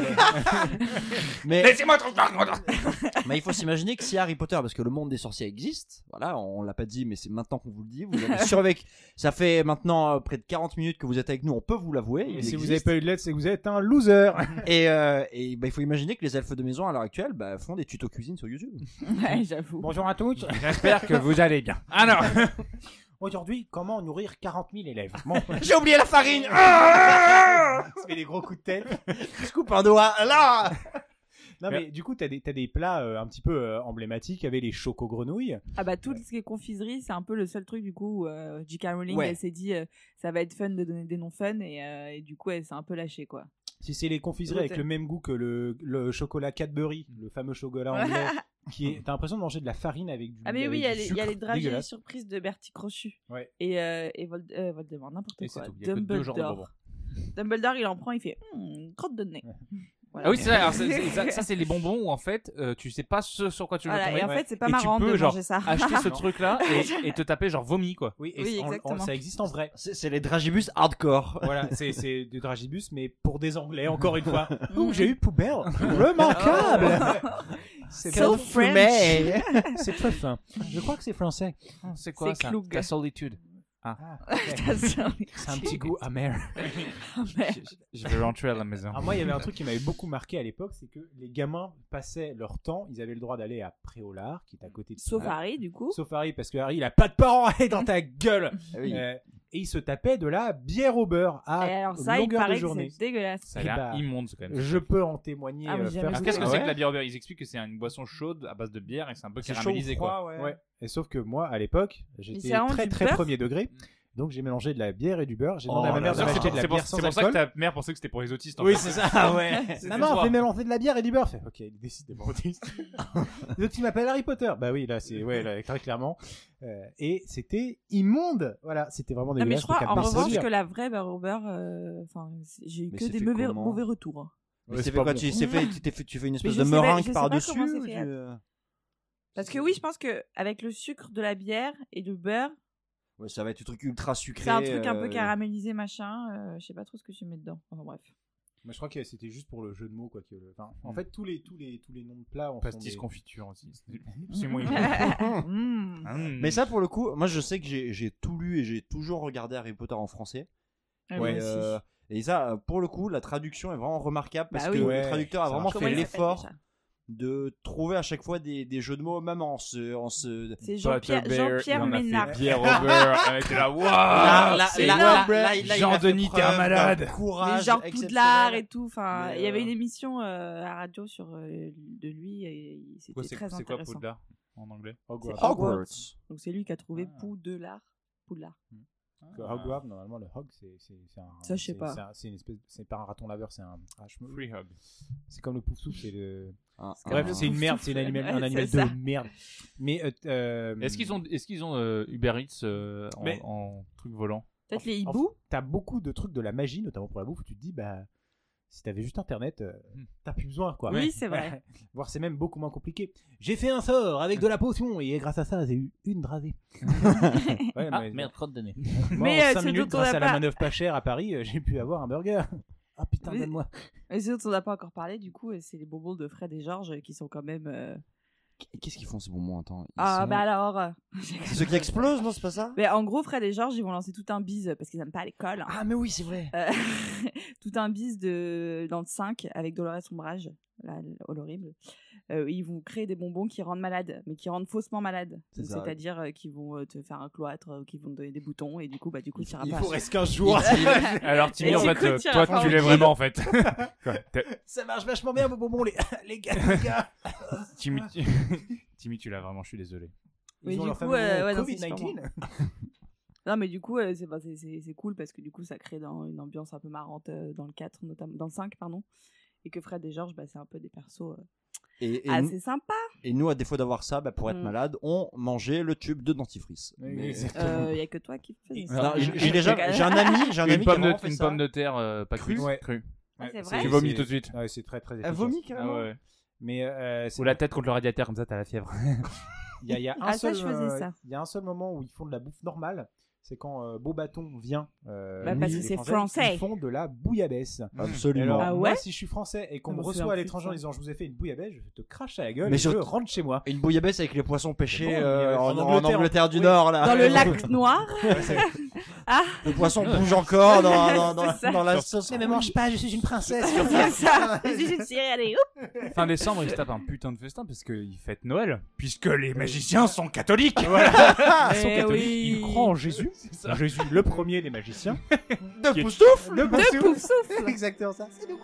S3: *laughs*
S4: Mais,
S1: Laissez-moi tranquille
S4: mais il faut s'imaginer que si Harry Potter, parce que le monde des sorciers existe, voilà, on l'a pas dit, mais c'est maintenant qu'on vous le dit, vous
S3: *laughs*
S4: avez survécu. Ça fait maintenant euh, près de 40 minutes que vous êtes avec nous, on peut vous l'avouer. il
S5: Et si vous
S4: existe.
S5: n'avez pas eu de lettre, c'est que vous êtes un loser.
S4: Et, euh, et, bah, il faut imaginer que les elfes de maison à l'heure actuelle bah, font des tutos cuisine
S5: *laughs*
S4: sur YouTube.
S3: Ouais, *laughs* j'avoue.
S5: Bonjour à tous.
S1: J'espère que vous allez bien. Alors,
S5: Aujourd'hui, comment nourrir 40 000 élèves Bon,
S4: J'ai oublié la *laughs* farine.
S5: *laughs* tu fais des gros coups de *laughs* tête.
S4: Je coupe un doigt là.
S5: Non, mais du coup, t'as des, t'as des plats euh, un petit peu euh, emblématiques avec les chocos grenouilles.
S3: Ah bah tout ce qui est confiserie, c'est un peu le seul truc du coup où euh, J.K. Rowling
S4: Ouais.
S3: elle s'est dit euh, ça va être fun de donner des noms fun et, euh, et du coup elle s'est un peu lâchée quoi.
S5: Si c'est les confiseries
S3: Ouais,
S5: avec
S3: t'as-
S5: le même goût que le, le chocolat Cadbury, le fameux chocolat anglais, qui *laughs* est. T'as l'impression de manger de la farine avec du.
S3: Ah mais
S5: avec
S3: oui, il y
S5: du
S3: a les, il y a
S5: sucre.
S3: les dragées
S5: *laughs* Dégueulasse.
S3: surprises de Bertie Crochu.
S5: Ouais.
S3: Et, euh, et Vold- euh, Voldemort, n'importe
S1: Et c'est
S3: quoi.
S1: tout, il y a que deux genres de bonbons.
S3: Dumbledore. Dumbledore, il en prend, il fait Hum, crotte de nez. Voilà.
S1: Ah oui, c'est ça. alors, c'est- c'est-
S3: *laughs*
S1: ça, ça, c'est les bonbons où en fait, euh, tu sais pas ce sur quoi tu veux
S3: Voilà,
S1: tomber.
S3: et en fait, c'est pas
S1: Et tu
S3: marrant
S1: peux,
S3: de
S1: genre,
S3: manger ça.
S1: *laughs* Acheter
S3: *laughs*
S1: ce
S5: Non.
S1: truc-là et, et te taper genre vomi, quoi.
S5: Oui, et
S3: Oui,
S5: c'est- en- en-
S3: exactement.
S5: ça existe en vrai.
S4: C'est c'est les dragibus hardcore.
S5: Voilà, c'est- c'est du dragibus, mais pour des anglais, encore
S3: *laughs*
S5: une fois.
S3: Ouh,
S5: Ouh,
S3: j'ai
S5: j'ai
S3: *laughs*
S5: eu poubelle Remarquable C'est
S3: So
S5: bon.
S3: French.
S4: *laughs* Mais
S5: C'est très fin. Je crois que c'est français.
S1: c'est
S3: quoi, Oh, C'est ça Cloug. Ta
S1: solitude.
S3: T'as ça, mais-
S5: C'est un petit goût amer.
S3: Ah, merde.
S1: Je, je vais rentrer à la maison.
S3: Ah,
S5: Alors Ah, moi, il y avait un truc qui m'avait beaucoup marqué à l'époque, c'est que les gamins passaient leur temps, ils avaient le droit d'aller à Préolard, qui est à côté de
S3: Sauf
S5: Harry.
S3: Harry du coup.
S5: Sauf Harry, parce que Harry, il a pas de parents, *laughs* allez dans
S3: *laughs*
S5: ta gueule
S4: Euh,
S5: Euh, Et il se tapait de la bière au beurre Ah, à
S3: et alors ça, il
S5: longueur de
S3: paraît que
S5: journée.
S3: c'est dégueulasse.
S1: Ça a l'air
S5: Eh bah,
S1: immonde, quand même.
S5: Je peux en témoigner.
S3: Ah, mais
S5: euh,
S3: j'ai
S5: faire-
S3: jamais
S1: Alors, qu'est-ce que
S5: Ah
S1: c'est
S5: ouais
S1: que la bière au beurre Ils expliquent que c'est une boisson chaude à base de bière et que c'est un peu
S4: c'est chaud ou
S1: caramélisé, quoi.
S4: froid, ouais.
S5: Ouais. Et sauf que moi, à l'époque, j'étais
S3: c'est vraiment
S5: très
S3: du
S5: très
S3: beurre
S5: premier degré. Donc j'ai mélangé de la bière et du beurre. J'ai
S4: Oh
S5: demandé à ma
S4: là
S5: mère de
S4: là.
S5: m'acheter de la
S1: C'est pour,
S5: bière
S1: c'est
S5: sans
S1: pour ça que
S5: alcool.
S1: ta mère pensait que c'était pour les autistes. en
S4: Oui,
S1: fait.
S4: c'est ça, *laughs* ouais.
S5: Maman, fais mélanger de la bière et du beurre. Fait, ok, décidément. Donc tu m'appelles Harry Potter. Bah oui, là c'est ouais, là, très clairement. Euh, et c'était immonde. Voilà, c'était vraiment
S3: Non, Ah, mais je
S5: dégueulasse.
S3: crois
S5: donc à
S3: en
S5: part ça,
S3: revanche
S5: dire.
S3: que la vraie Barober, euh, enfin, c'est- j'ai eu
S4: Mais
S3: que
S4: c'est
S3: des
S4: fait
S3: mauvais,
S4: comment
S3: mauvais retours. hein.
S4: Mais
S5: Ouais,
S4: c'est
S5: c'est
S4: pas
S5: pas
S4: quoi,
S5: bon.
S4: tu, c'est fait, tu, t'es fait- tu fais une espèce
S3: Mais
S4: de
S3: je sais pas- je
S4: meringue
S3: sais pas
S4: par-dessus.
S3: comment c'est fait.
S4: tu-
S3: Parce que oui, je pense que avec le sucre de la bière et du beurre,
S4: Ouais, ça va être un truc ultra sucré.
S3: c'est un truc un peu
S4: euh,
S3: caramélisé, machin. euh, je sais pas trop ce que tu mets dedans. Enfin
S4: *laughs*
S3: bref.
S5: Mais je crois que c'était juste pour le jeu de mots quoi. Que, enfin, en fait tous les tous les tous les noms de plats en
S1: Pastis
S5: sont des-
S1: confiture aussi. C'est- C'est
S3: *laughs*
S1: moins.
S3: Mm.
S1: Hmm.
S4: Mais ça, pour le coup, moi je sais que j'ai j'ai tout lu et j'ai toujours regardé Harry Potter en français.
S3: Ah,
S4: Et,
S3: moi aussi.
S4: euh, et ça, euh, pour le coup, la traduction est vraiment remarquable parce
S3: Bah
S4: que
S3: oui.
S4: le
S5: Ouais,
S4: traducteur a
S5: ça
S4: vraiment
S5: marche.
S3: Comment
S4: fait
S3: il s'appelle
S4: l'effort
S3: déjà
S4: de trouver à chaque fois des, des jeux de mots, même en se. En se...
S3: C'est Jean-Pierre
S1: Butterbeer, il
S3: Jean
S1: en a fait
S3: Ménard. *laughs*
S1: Pierre Robert, elle était là,
S4: Là,
S1: waouh
S4: là,
S1: Ah, c'est
S4: là,
S1: énorme.
S4: là, là, il a fait
S1: Jean-Denis,
S4: preuve
S1: t'es un
S4: d'un
S1: malade.
S4: Courage.
S3: Mais genre
S4: exceptionnel.
S3: Poudlard et tout. Enfin,
S4: Mais,
S3: il y avait
S4: euh,
S3: une émission euh, à radio sur euh, de lui et c'était
S1: Quoi, C'est
S3: très
S1: c'est quoi
S3: intéressant.
S1: Poudlard en anglais
S5: Hogwarts.
S3: C'est-
S4: Hogwarts.
S3: Donc c'est lui qui a trouvé
S5: Ah.
S3: Poudlard. Poudlard.
S5: Que Ah.
S1: Ah.
S5: Hogwarts, normalement, le hog, c'est c'est- c'est un.
S3: Ça, je sais
S5: c'est-
S3: pas.
S5: c'est un- C'est une espèce. C'est pas un raton laveur, c'est un. ah, je me-
S1: Free Hog.
S5: C'est comme le pouf souffle, c'est le.
S4: Un-
S5: Bref,
S4: un-
S5: c'est une merde, c'est un
S3: Pouf-souffle,
S5: animal, un
S3: ouais,
S5: animal
S3: *laughs* c'est ça.
S5: de merde. Mais. euh, euh,
S1: Est-ce qu'ils ont, est-ce qu'ils ont euh, Uber Eats euh, en,
S5: Mais-
S1: en truc volant
S3: Peut-être les
S5: en-
S3: hiboux.
S5: T'as beaucoup de trucs de la magie, notamment pour la bouffe, où tu te dis, bah. Si t'avais juste internet, euh,
S1: Hmm.
S5: t'as plus besoin, quoi.
S3: Oui, c'est vrai.
S5: *laughs* Voire c'est même beaucoup moins compliqué. J'ai fait un sort avec de la potion et grâce à ça, j'ai eu une
S3: *laughs*
S5: drasée.
S1: Ah,
S5: ouais, mais-
S1: trop de données.
S5: Moi,
S3: Ah, Mais, euh,
S5: en
S3: c'est
S5: 5 minutes,
S3: dont on
S5: grâce
S3: a
S5: à la
S3: pas-
S5: manœuvre pas chère à Paris, euh, j'ai pu avoir un burger. Ah putain,
S3: Mais-
S5: donne-moi.
S3: Et ce dont on n'a pas encore parlé, du coup, euh, c'est les bonbons de Fred et Georges qui sont quand même. euh,
S4: Qu'est-ce qu'ils font ces bonbons Attends. ils
S3: Ah
S4: sont-
S3: bah alors. euh,
S4: C'est ceux qui explosent, non C'est pas ça
S3: Mais en gros, Fred et Georges, ils vont lancer tout un bise parce qu'ils n'aiment pas l'école. hein.
S4: Ah, mais oui, c'est vrai.
S3: Euh, *laughs* tout un bis de, dans le 5 avec Dolores Ombrage, la, l'horrible. Euh, ils vont créer des bonbons qui rendent malade, mais qui rendent faussement malade.
S4: C'est
S3: Donc,
S4: ça.
S3: C'est-à-dire euh, qu'ils vont euh, te faire un cloître, euh, qu'ils vont te donner des boutons, et du coup, bah, du coup, tu iras pas.
S5: reste
S3: *laughs*
S5: 15 jours.
S1: *laughs* Alors Timmy,
S3: Et
S1: en
S3: du
S1: fait,
S3: coup,
S1: euh,
S3: tu
S1: toi,
S3: vas
S1: tu l'es
S3: pas
S1: vraiment en fait.
S5: Ça marche vachement bien, vos bonbons, les, *laughs* les gars. Les gars.
S1: Timmy, tu... *laughs* Timmy, tu l'as vraiment. Je suis désolé.
S3: Mais du coup,
S5: fameux
S3: euh, ouais, non, c'est
S5: Covid-19. *laughs*
S3: Non, mais du coup, euh, c'est, bah, c'est, c'est- c'est cool parce que du coup, ça crée dans, une ambiance un peu marrante euh, dans le 4, notamment, dans le 5, pardon. Et que Fred et Georges, bah, c'est un peu des persos euh,
S4: Et, et,
S3: assez sympas.
S4: et nous, à défaut d'avoir ça, bah, pour être
S3: Mm.
S4: malade, on mangeait le tube de dentifrice.
S5: Oui,
S4: Mais-
S5: exact.
S3: Il n'y a que toi qui fais ça.
S4: Euh, Non,
S1: Alors,
S4: j'ai j'ai
S3: *laughs*
S4: déjà j'ai un ami, j'ai un ami
S1: Une
S4: qui a
S1: pomme de,
S4: vraiment fait
S1: une
S4: ça.
S1: pomme de terre euh, pas crue.
S5: Crue Ouais.
S1: crue.
S3: Ah, c'est
S5: Ouais,
S3: vrai
S1: Tu vomis
S5: c'est-
S1: tout de suite.
S5: Ouais, c'est très très
S4: Elle
S5: efficace.
S4: vomit
S1: Ah
S4: carrément.
S1: ouais.
S5: Mais euh, c'est-
S1: Ou la tête contre le radiateur comme ça, t'as la fièvre.
S5: il
S3: *laughs*
S5: y a, il y a un
S3: Ah, ça,
S5: seul
S3: je faisais
S5: euh,
S3: ça.
S5: il y a un seul moment où ils font de la bouffe normale, c'est quand euh, Beau Bâton vient. euh,
S3: Bah, parce que
S5: les
S3: c'est français.
S5: Ils font de la bouillabaisse. Et
S4: Absolument.
S5: alors,
S3: Ah
S5: moi,
S3: ouais
S5: si je suis français et qu'on
S3: Je
S5: me
S3: me souviens
S5: reçoit à
S3: plus de
S5: l'étranger en
S3: ça.
S5: disant je vous ai fait une bouillabaisse, je te crache à la gueule
S4: Mais
S5: et je
S4: surtout-
S5: rentre chez moi.
S4: *laughs* Une bouillabaisse avec les poissons pêchés
S5: C'est bon,
S4: euh,
S5: mais, euh,
S4: en,
S5: en
S4: en Angleterre,
S5: Angleterre,
S4: du
S5: oui.
S4: Nord. Là.
S3: Dans le
S4: *laughs*
S3: lac noir.
S4: Les poissons bougent encore dans, dans,
S3: *laughs*
S4: dans,
S3: C'est ça.
S4: dans la sauce.
S5: Mais mange pas, je suis
S3: *laughs*
S5: une princesse.
S3: C'est ça. J'ai une série, allez, hop.
S1: *laughs* fin décembre, il se tape un putain de festin parce qu'ils fêtent Noël. Puisque les magiciens sont catholiques. *laughs*
S5: Ah, Ils sont
S3: Eh
S5: catholiques,
S3: oui.
S5: ils croient en Jésus. Jésus, le premier des *laughs* magiciens.
S4: De pouce
S5: Le
S3: Deux
S5: Pouf
S3: pouf souffle.
S5: Exactement ça. C'est nous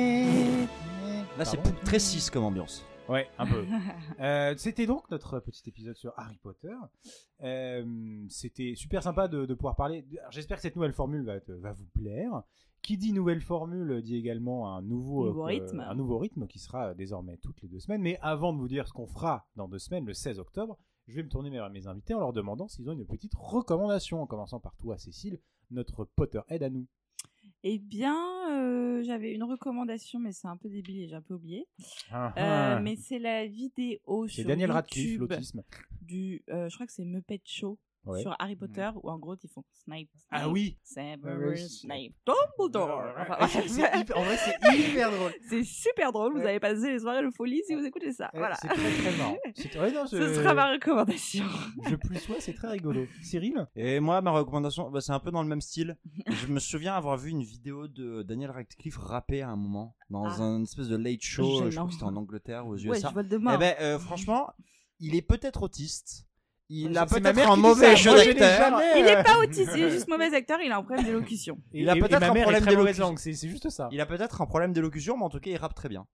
S5: qu'on
S4: Là, c'est plus très 6 comme ambiance.
S5: Ouais,
S3: *laughs*
S5: un peu. Euh, C'était donc notre petit épisode sur Harry Potter. Euh, C'était super sympa de, de pouvoir parler. Alors, J'espère que cette nouvelle formule va, te- va vous plaire. Qui dit nouvelle formule dit également un nouveau, euh,
S3: Nouveau rythme.
S5: un nouveau rythme qui sera désormais toutes les deux semaines. Mais avant de vous dire ce qu'on fera dans deux semaines, le 16 octobre, je vais me tourner vers mes invités en leur demandant s'ils ont une petite recommandation, en commençant par toi, Cécile, notre Potterhead à nous.
S3: Eh bien, euh, j'avais une recommandation, mais c'est un peu débile et j'ai un peu oublié.
S5: Ah,
S3: Euh,
S5: ah.
S3: mais c'est la vidéo
S5: C'est
S3: sur
S5: Daniel Radcliffe,
S3: YouTube
S5: l'autisme.
S3: du, euh, je crois que c'est Muppet Show
S5: Ouais.
S3: sur Harry Potter, où en gros ils font Snape.
S5: Ah
S3: Snape,
S5: oui.
S3: Severus Snape, Dumbledore. Enfin,
S5: *laughs* C'est-
S3: voilà.
S5: c'est *laughs* hyper- en vrai,
S4: *laughs*
S5: c'est hyper drôle.
S3: c'est super drôle. Vous
S5: Ouais.
S3: avez passé les soirées de folie si vous écoutez ça.
S5: Eh,
S3: Voilà.
S5: C'est euh, très très marrant.
S3: *laughs*
S5: C'est- ouais, non,
S3: Ce sera ma recommandation.
S5: Je plus sois, c'est très rigolo. Cyril
S4: Et moi, ma recommandation, bah, c'est un peu dans le même style. Je me souviens avoir vu une vidéo de Daniel Radcliffe rapper à un moment dans
S3: Ah.
S4: un espèce de late show. Je crois
S3: Gênant.
S4: que c'était en Angleterre ou aux
S3: Ouais,
S4: USA.
S3: je vote de
S4: Eh
S3: mort.
S4: ben, euh, franchement, il est peut-être autiste.
S7: Il
S5: C'est-
S7: a
S5: Ah, c'est ma mère
S7: peut-être un
S5: qui dit ça.
S7: mauvais jeu
S5: Moi, je l'ai
S7: d'acteur.
S5: jamais,
S3: Il
S5: euh,
S3: n'est pas autiste, il est
S4: *laughs*
S3: juste mauvais acteur, il a un problème d'élocution.
S5: et-
S7: il a
S5: et- et
S7: peut-être
S5: ma
S7: un
S5: mère est
S7: problème
S5: très mauvaise
S7: d'élocution.
S5: langue, c'est c'est juste ça.
S4: Il a peut-être un problème d'élocution, mais en tout cas, il rappe très bien.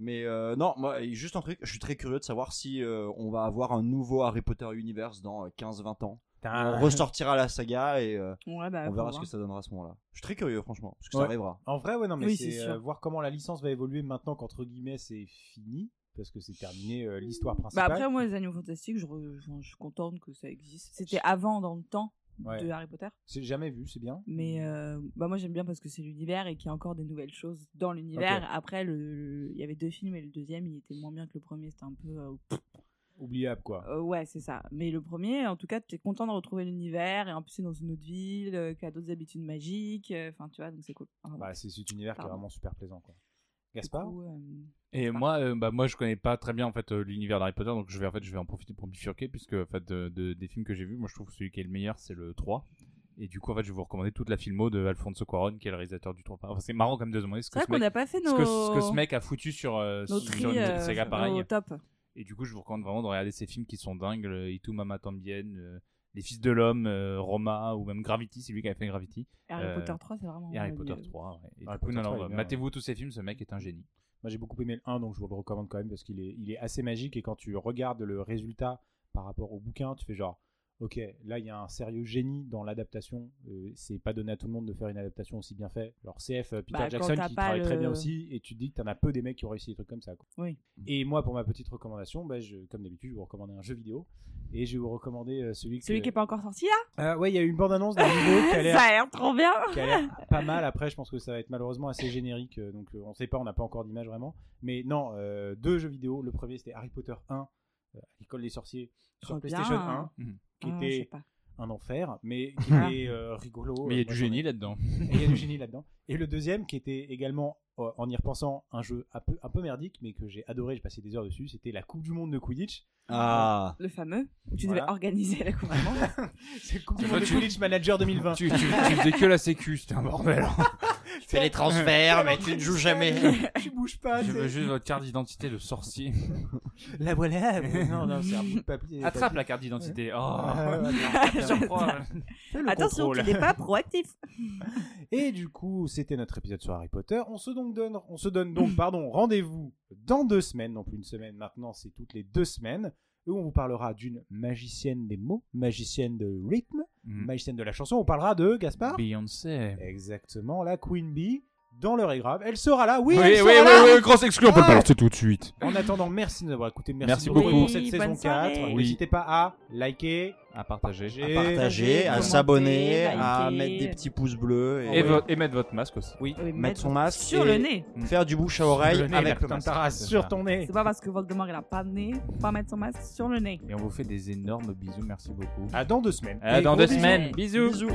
S4: Mais euh, non, moi, et juste un truc, je suis très curieux de savoir si euh, on va avoir un nouveau Harry Potter Universe dans euh, 15-20 ans. On ressortira la saga et euh,
S3: Ouais, bah,
S4: on
S3: faut
S4: verra
S3: voir.
S4: ce que ça donnera à ce moment-là. Je suis très curieux, franchement, parce que
S5: Ouais.
S4: ça arrivera.
S5: En vrai, ouais, non, mais
S3: Oui,
S5: c'est
S3: c'est
S5: euh,
S3: sûr.
S5: voir comment la licence va évoluer maintenant qu'entre guillemets c'est fini, parce que c'est terminé euh, l'histoire
S3: Bah
S5: principale.
S3: après, moi, les Animaux Fantastiques, je, re- enfin, je suis contente que ça existe. C'était avant, dans le temps
S5: Ouais.
S3: de Harry Potter.
S5: C'est jamais vu, c'est bien.
S1: Mmh.
S3: Mais euh, bah moi, j'aime bien parce que c'est l'univers et qu'il y a encore des nouvelles choses dans l'univers. Après, le- le- il y avait deux films et le deuxième, il était moins bien que le premier. C'était un peu... euh, pff,
S5: Oubliable quoi.
S3: euh, ouais, c'est ça. Mais le premier, en tout cas, t'es content de retrouver l'univers. Et en plus, c'est dans une autre ville, euh, qui a d'autres habitudes magiques. euh, Enfin, tu vois, donc c'est cool. Enfin,
S5: Bah, c'est cet univers qui
S3: Pardon.
S5: est vraiment super plaisant quoi.
S3: du
S5: Gaspard
S3: coup, euh,
S1: Et moi, euh, bah moi, je connais pas très bien en fait euh, l'univers d'Harry Potter, donc je vais en fait, je vais en profiter pour bifurquer puisque en fait de- de- des films que j'ai vus, moi je trouve que celui qui est le meilleur, c'est le 3. Et du coup, en fait, je vais vous recommander toute la filmo de Alfonso Cuarón, qui est le réalisateur du 3. Enfin, c'est marrant comme de se demander ce
S3: C'est
S1: que,
S3: vrai
S1: ce
S3: qu'on
S1: mec,
S3: n'a pas fait
S1: ce
S3: nos...
S1: que, ce que ce mec a foutu sur, euh,
S3: nos
S1: sur
S3: tri,
S1: une
S3: euh,
S1: saga pareille.
S3: nos top.
S1: Et du coup, je vous recommande vraiment de regarder ces films qui sont dingues, le Itu Mama Tambien, euh, Les Fils de l'Homme, euh, Roma, ou même Gravity, c'est lui qui avait fait Gravity,
S3: Harry
S1: Euh,
S3: Potter 3, c'est vraiment...
S1: et Harry
S3: euh,
S1: Potter
S3: mieux.
S1: 3. ouais. Et
S5: Harry
S1: du coup,
S5: Potter
S1: Ah, non, non, bah,
S5: 3, Ah, il est bien, hein.
S1: matez-vous tous ces films, ce mec est un génie.
S5: Moi j'ai beaucoup aimé le 1 donc je vous le recommande quand même parce qu'il est, il est assez magique et quand tu regardes le résultat par rapport au bouquin, tu fais genre ok là il y a un sérieux génie dans l'adaptation. Euh, c'est pas donné à tout le monde de faire une adaptation aussi bien faite. Alors CF euh, Peter
S3: Bah, quand
S5: Jackson
S3: t'as
S5: qui
S3: pas
S5: travaille très
S3: le-
S5: bien aussi et tu te dis que t'en as peu des mecs qui ont réussi des trucs comme ça. quoi.
S3: Oui.
S5: Et moi pour ma petite recommandation, bah, je, comme d'habitude je vous recommandais un jeu vidéo et je vais vous recommander euh, celui,
S3: Celui
S5: que...
S3: qui est pas encore sorti là
S5: Ah, ouais il y a eu une bande annonce d'un niveau qui a l'air
S3: Ça a l'air trop bien
S5: qui a l'air pas mal. Après, je pense que ça va être malheureusement assez générique, euh, donc euh, on sait pas, on n'a pas encore d'image vraiment. Mais non, euh, deux jeux vidéo. Le premier, c'était Harry Potter 1, euh, à l'école des sorciers, sur
S3: Trop
S5: PlayStation
S3: bien.
S5: 1,
S1: Mhm.
S5: qui
S3: Ah, je sais
S5: était
S3: pas.
S5: un enfer, *laughs* mais qui était euh, rigolo.
S1: Mais il y a du
S5: Euh, moi, j'en ai-
S1: génie là-dedans.
S5: et il y a du génie là-dedans. Et le deuxième, qui était également, euh, en y repensant, un jeu un peu, un peu merdique, mais que j'ai adoré, j'ai passé des heures dessus, c'était la Coupe du Monde de Quidditch.
S4: Ah,
S3: Le fameux, où tu
S5: Voilà.
S3: devais organiser la coupe du monde.
S5: *laughs* C'est la Coupe du
S1: Toi,
S5: Monde de
S1: tu-
S5: Quidditch Manager 2020.
S1: tu, tu, tu faisais que la sécu, c'était un bordel.
S7: Tu fais les transferts, mais tu ne joues jamais.
S5: tu bouges pas.
S1: Je
S5: t'es-
S1: veux juste votre carte d'identité de sorcier.
S5: La voilà. *laughs* non, non, c'est un bout de papier.
S1: Attrape la carte d'identité. Oh,
S5: Ah, ouais,
S1: *laughs* *laughs* j'en crois.
S3: Attention, tu n'es pas proactif.
S5: Et du coup, c'était notre épisode sur Harry Potter. On se donc donne, on se donne donc, pardon, rendez-vous dans deux semaines, non plus une semaine maintenant, c'est toutes les deux semaines, où on vous parlera d'une magicienne des mots, magicienne de rythme,
S1: Mm.
S5: magicienne de la chanson. On parlera de Gaspard.
S1: Beyoncé.
S5: Exactement, la Queen Bee. Dans l'heure est grave, elle sera là. Oui,
S1: oui,
S5: elle
S1: oui,
S5: sera
S1: oui,
S5: là
S1: oui, grosse exclu, on peut
S5: Ah.
S1: le balancer tout de suite.
S5: En attendant, merci de nous avoir écoutés. Merci,
S1: Merci
S5: beaucoup
S1: beaucoup.
S5: pour cette
S3: Oui,
S5: saison
S3: bonne soirée.
S5: 4.
S1: Oui.
S5: N'hésitez pas à liker,
S1: À partager.
S5: à
S1: Et,
S5: partager.
S4: partager, à
S3: commenter,
S4: s'abonner, à
S3: liker.
S4: mettre des petits pouces bleus et,
S1: et vo- et mettre votre masque aussi.
S3: *laughs* Oui,
S4: mettre son masque
S3: Sur
S4: et
S3: le nez.
S4: faire du bouche à oreille
S1: le nez, la
S4: avec le
S1: putain de
S4: masque.
S1: Taras,
S5: sur ton nez.
S3: C'est pas parce que Voldemort il a pas de nez, faut pas mettre son masque sur le nez.
S1: Et on vous fait des énormes bisous, merci beaucoup.
S5: À dans deux semaines.
S1: À
S5: Et
S1: dans
S5: gros
S1: deux
S5: bisous.
S1: semaines. Bisous.
S3: Bisous.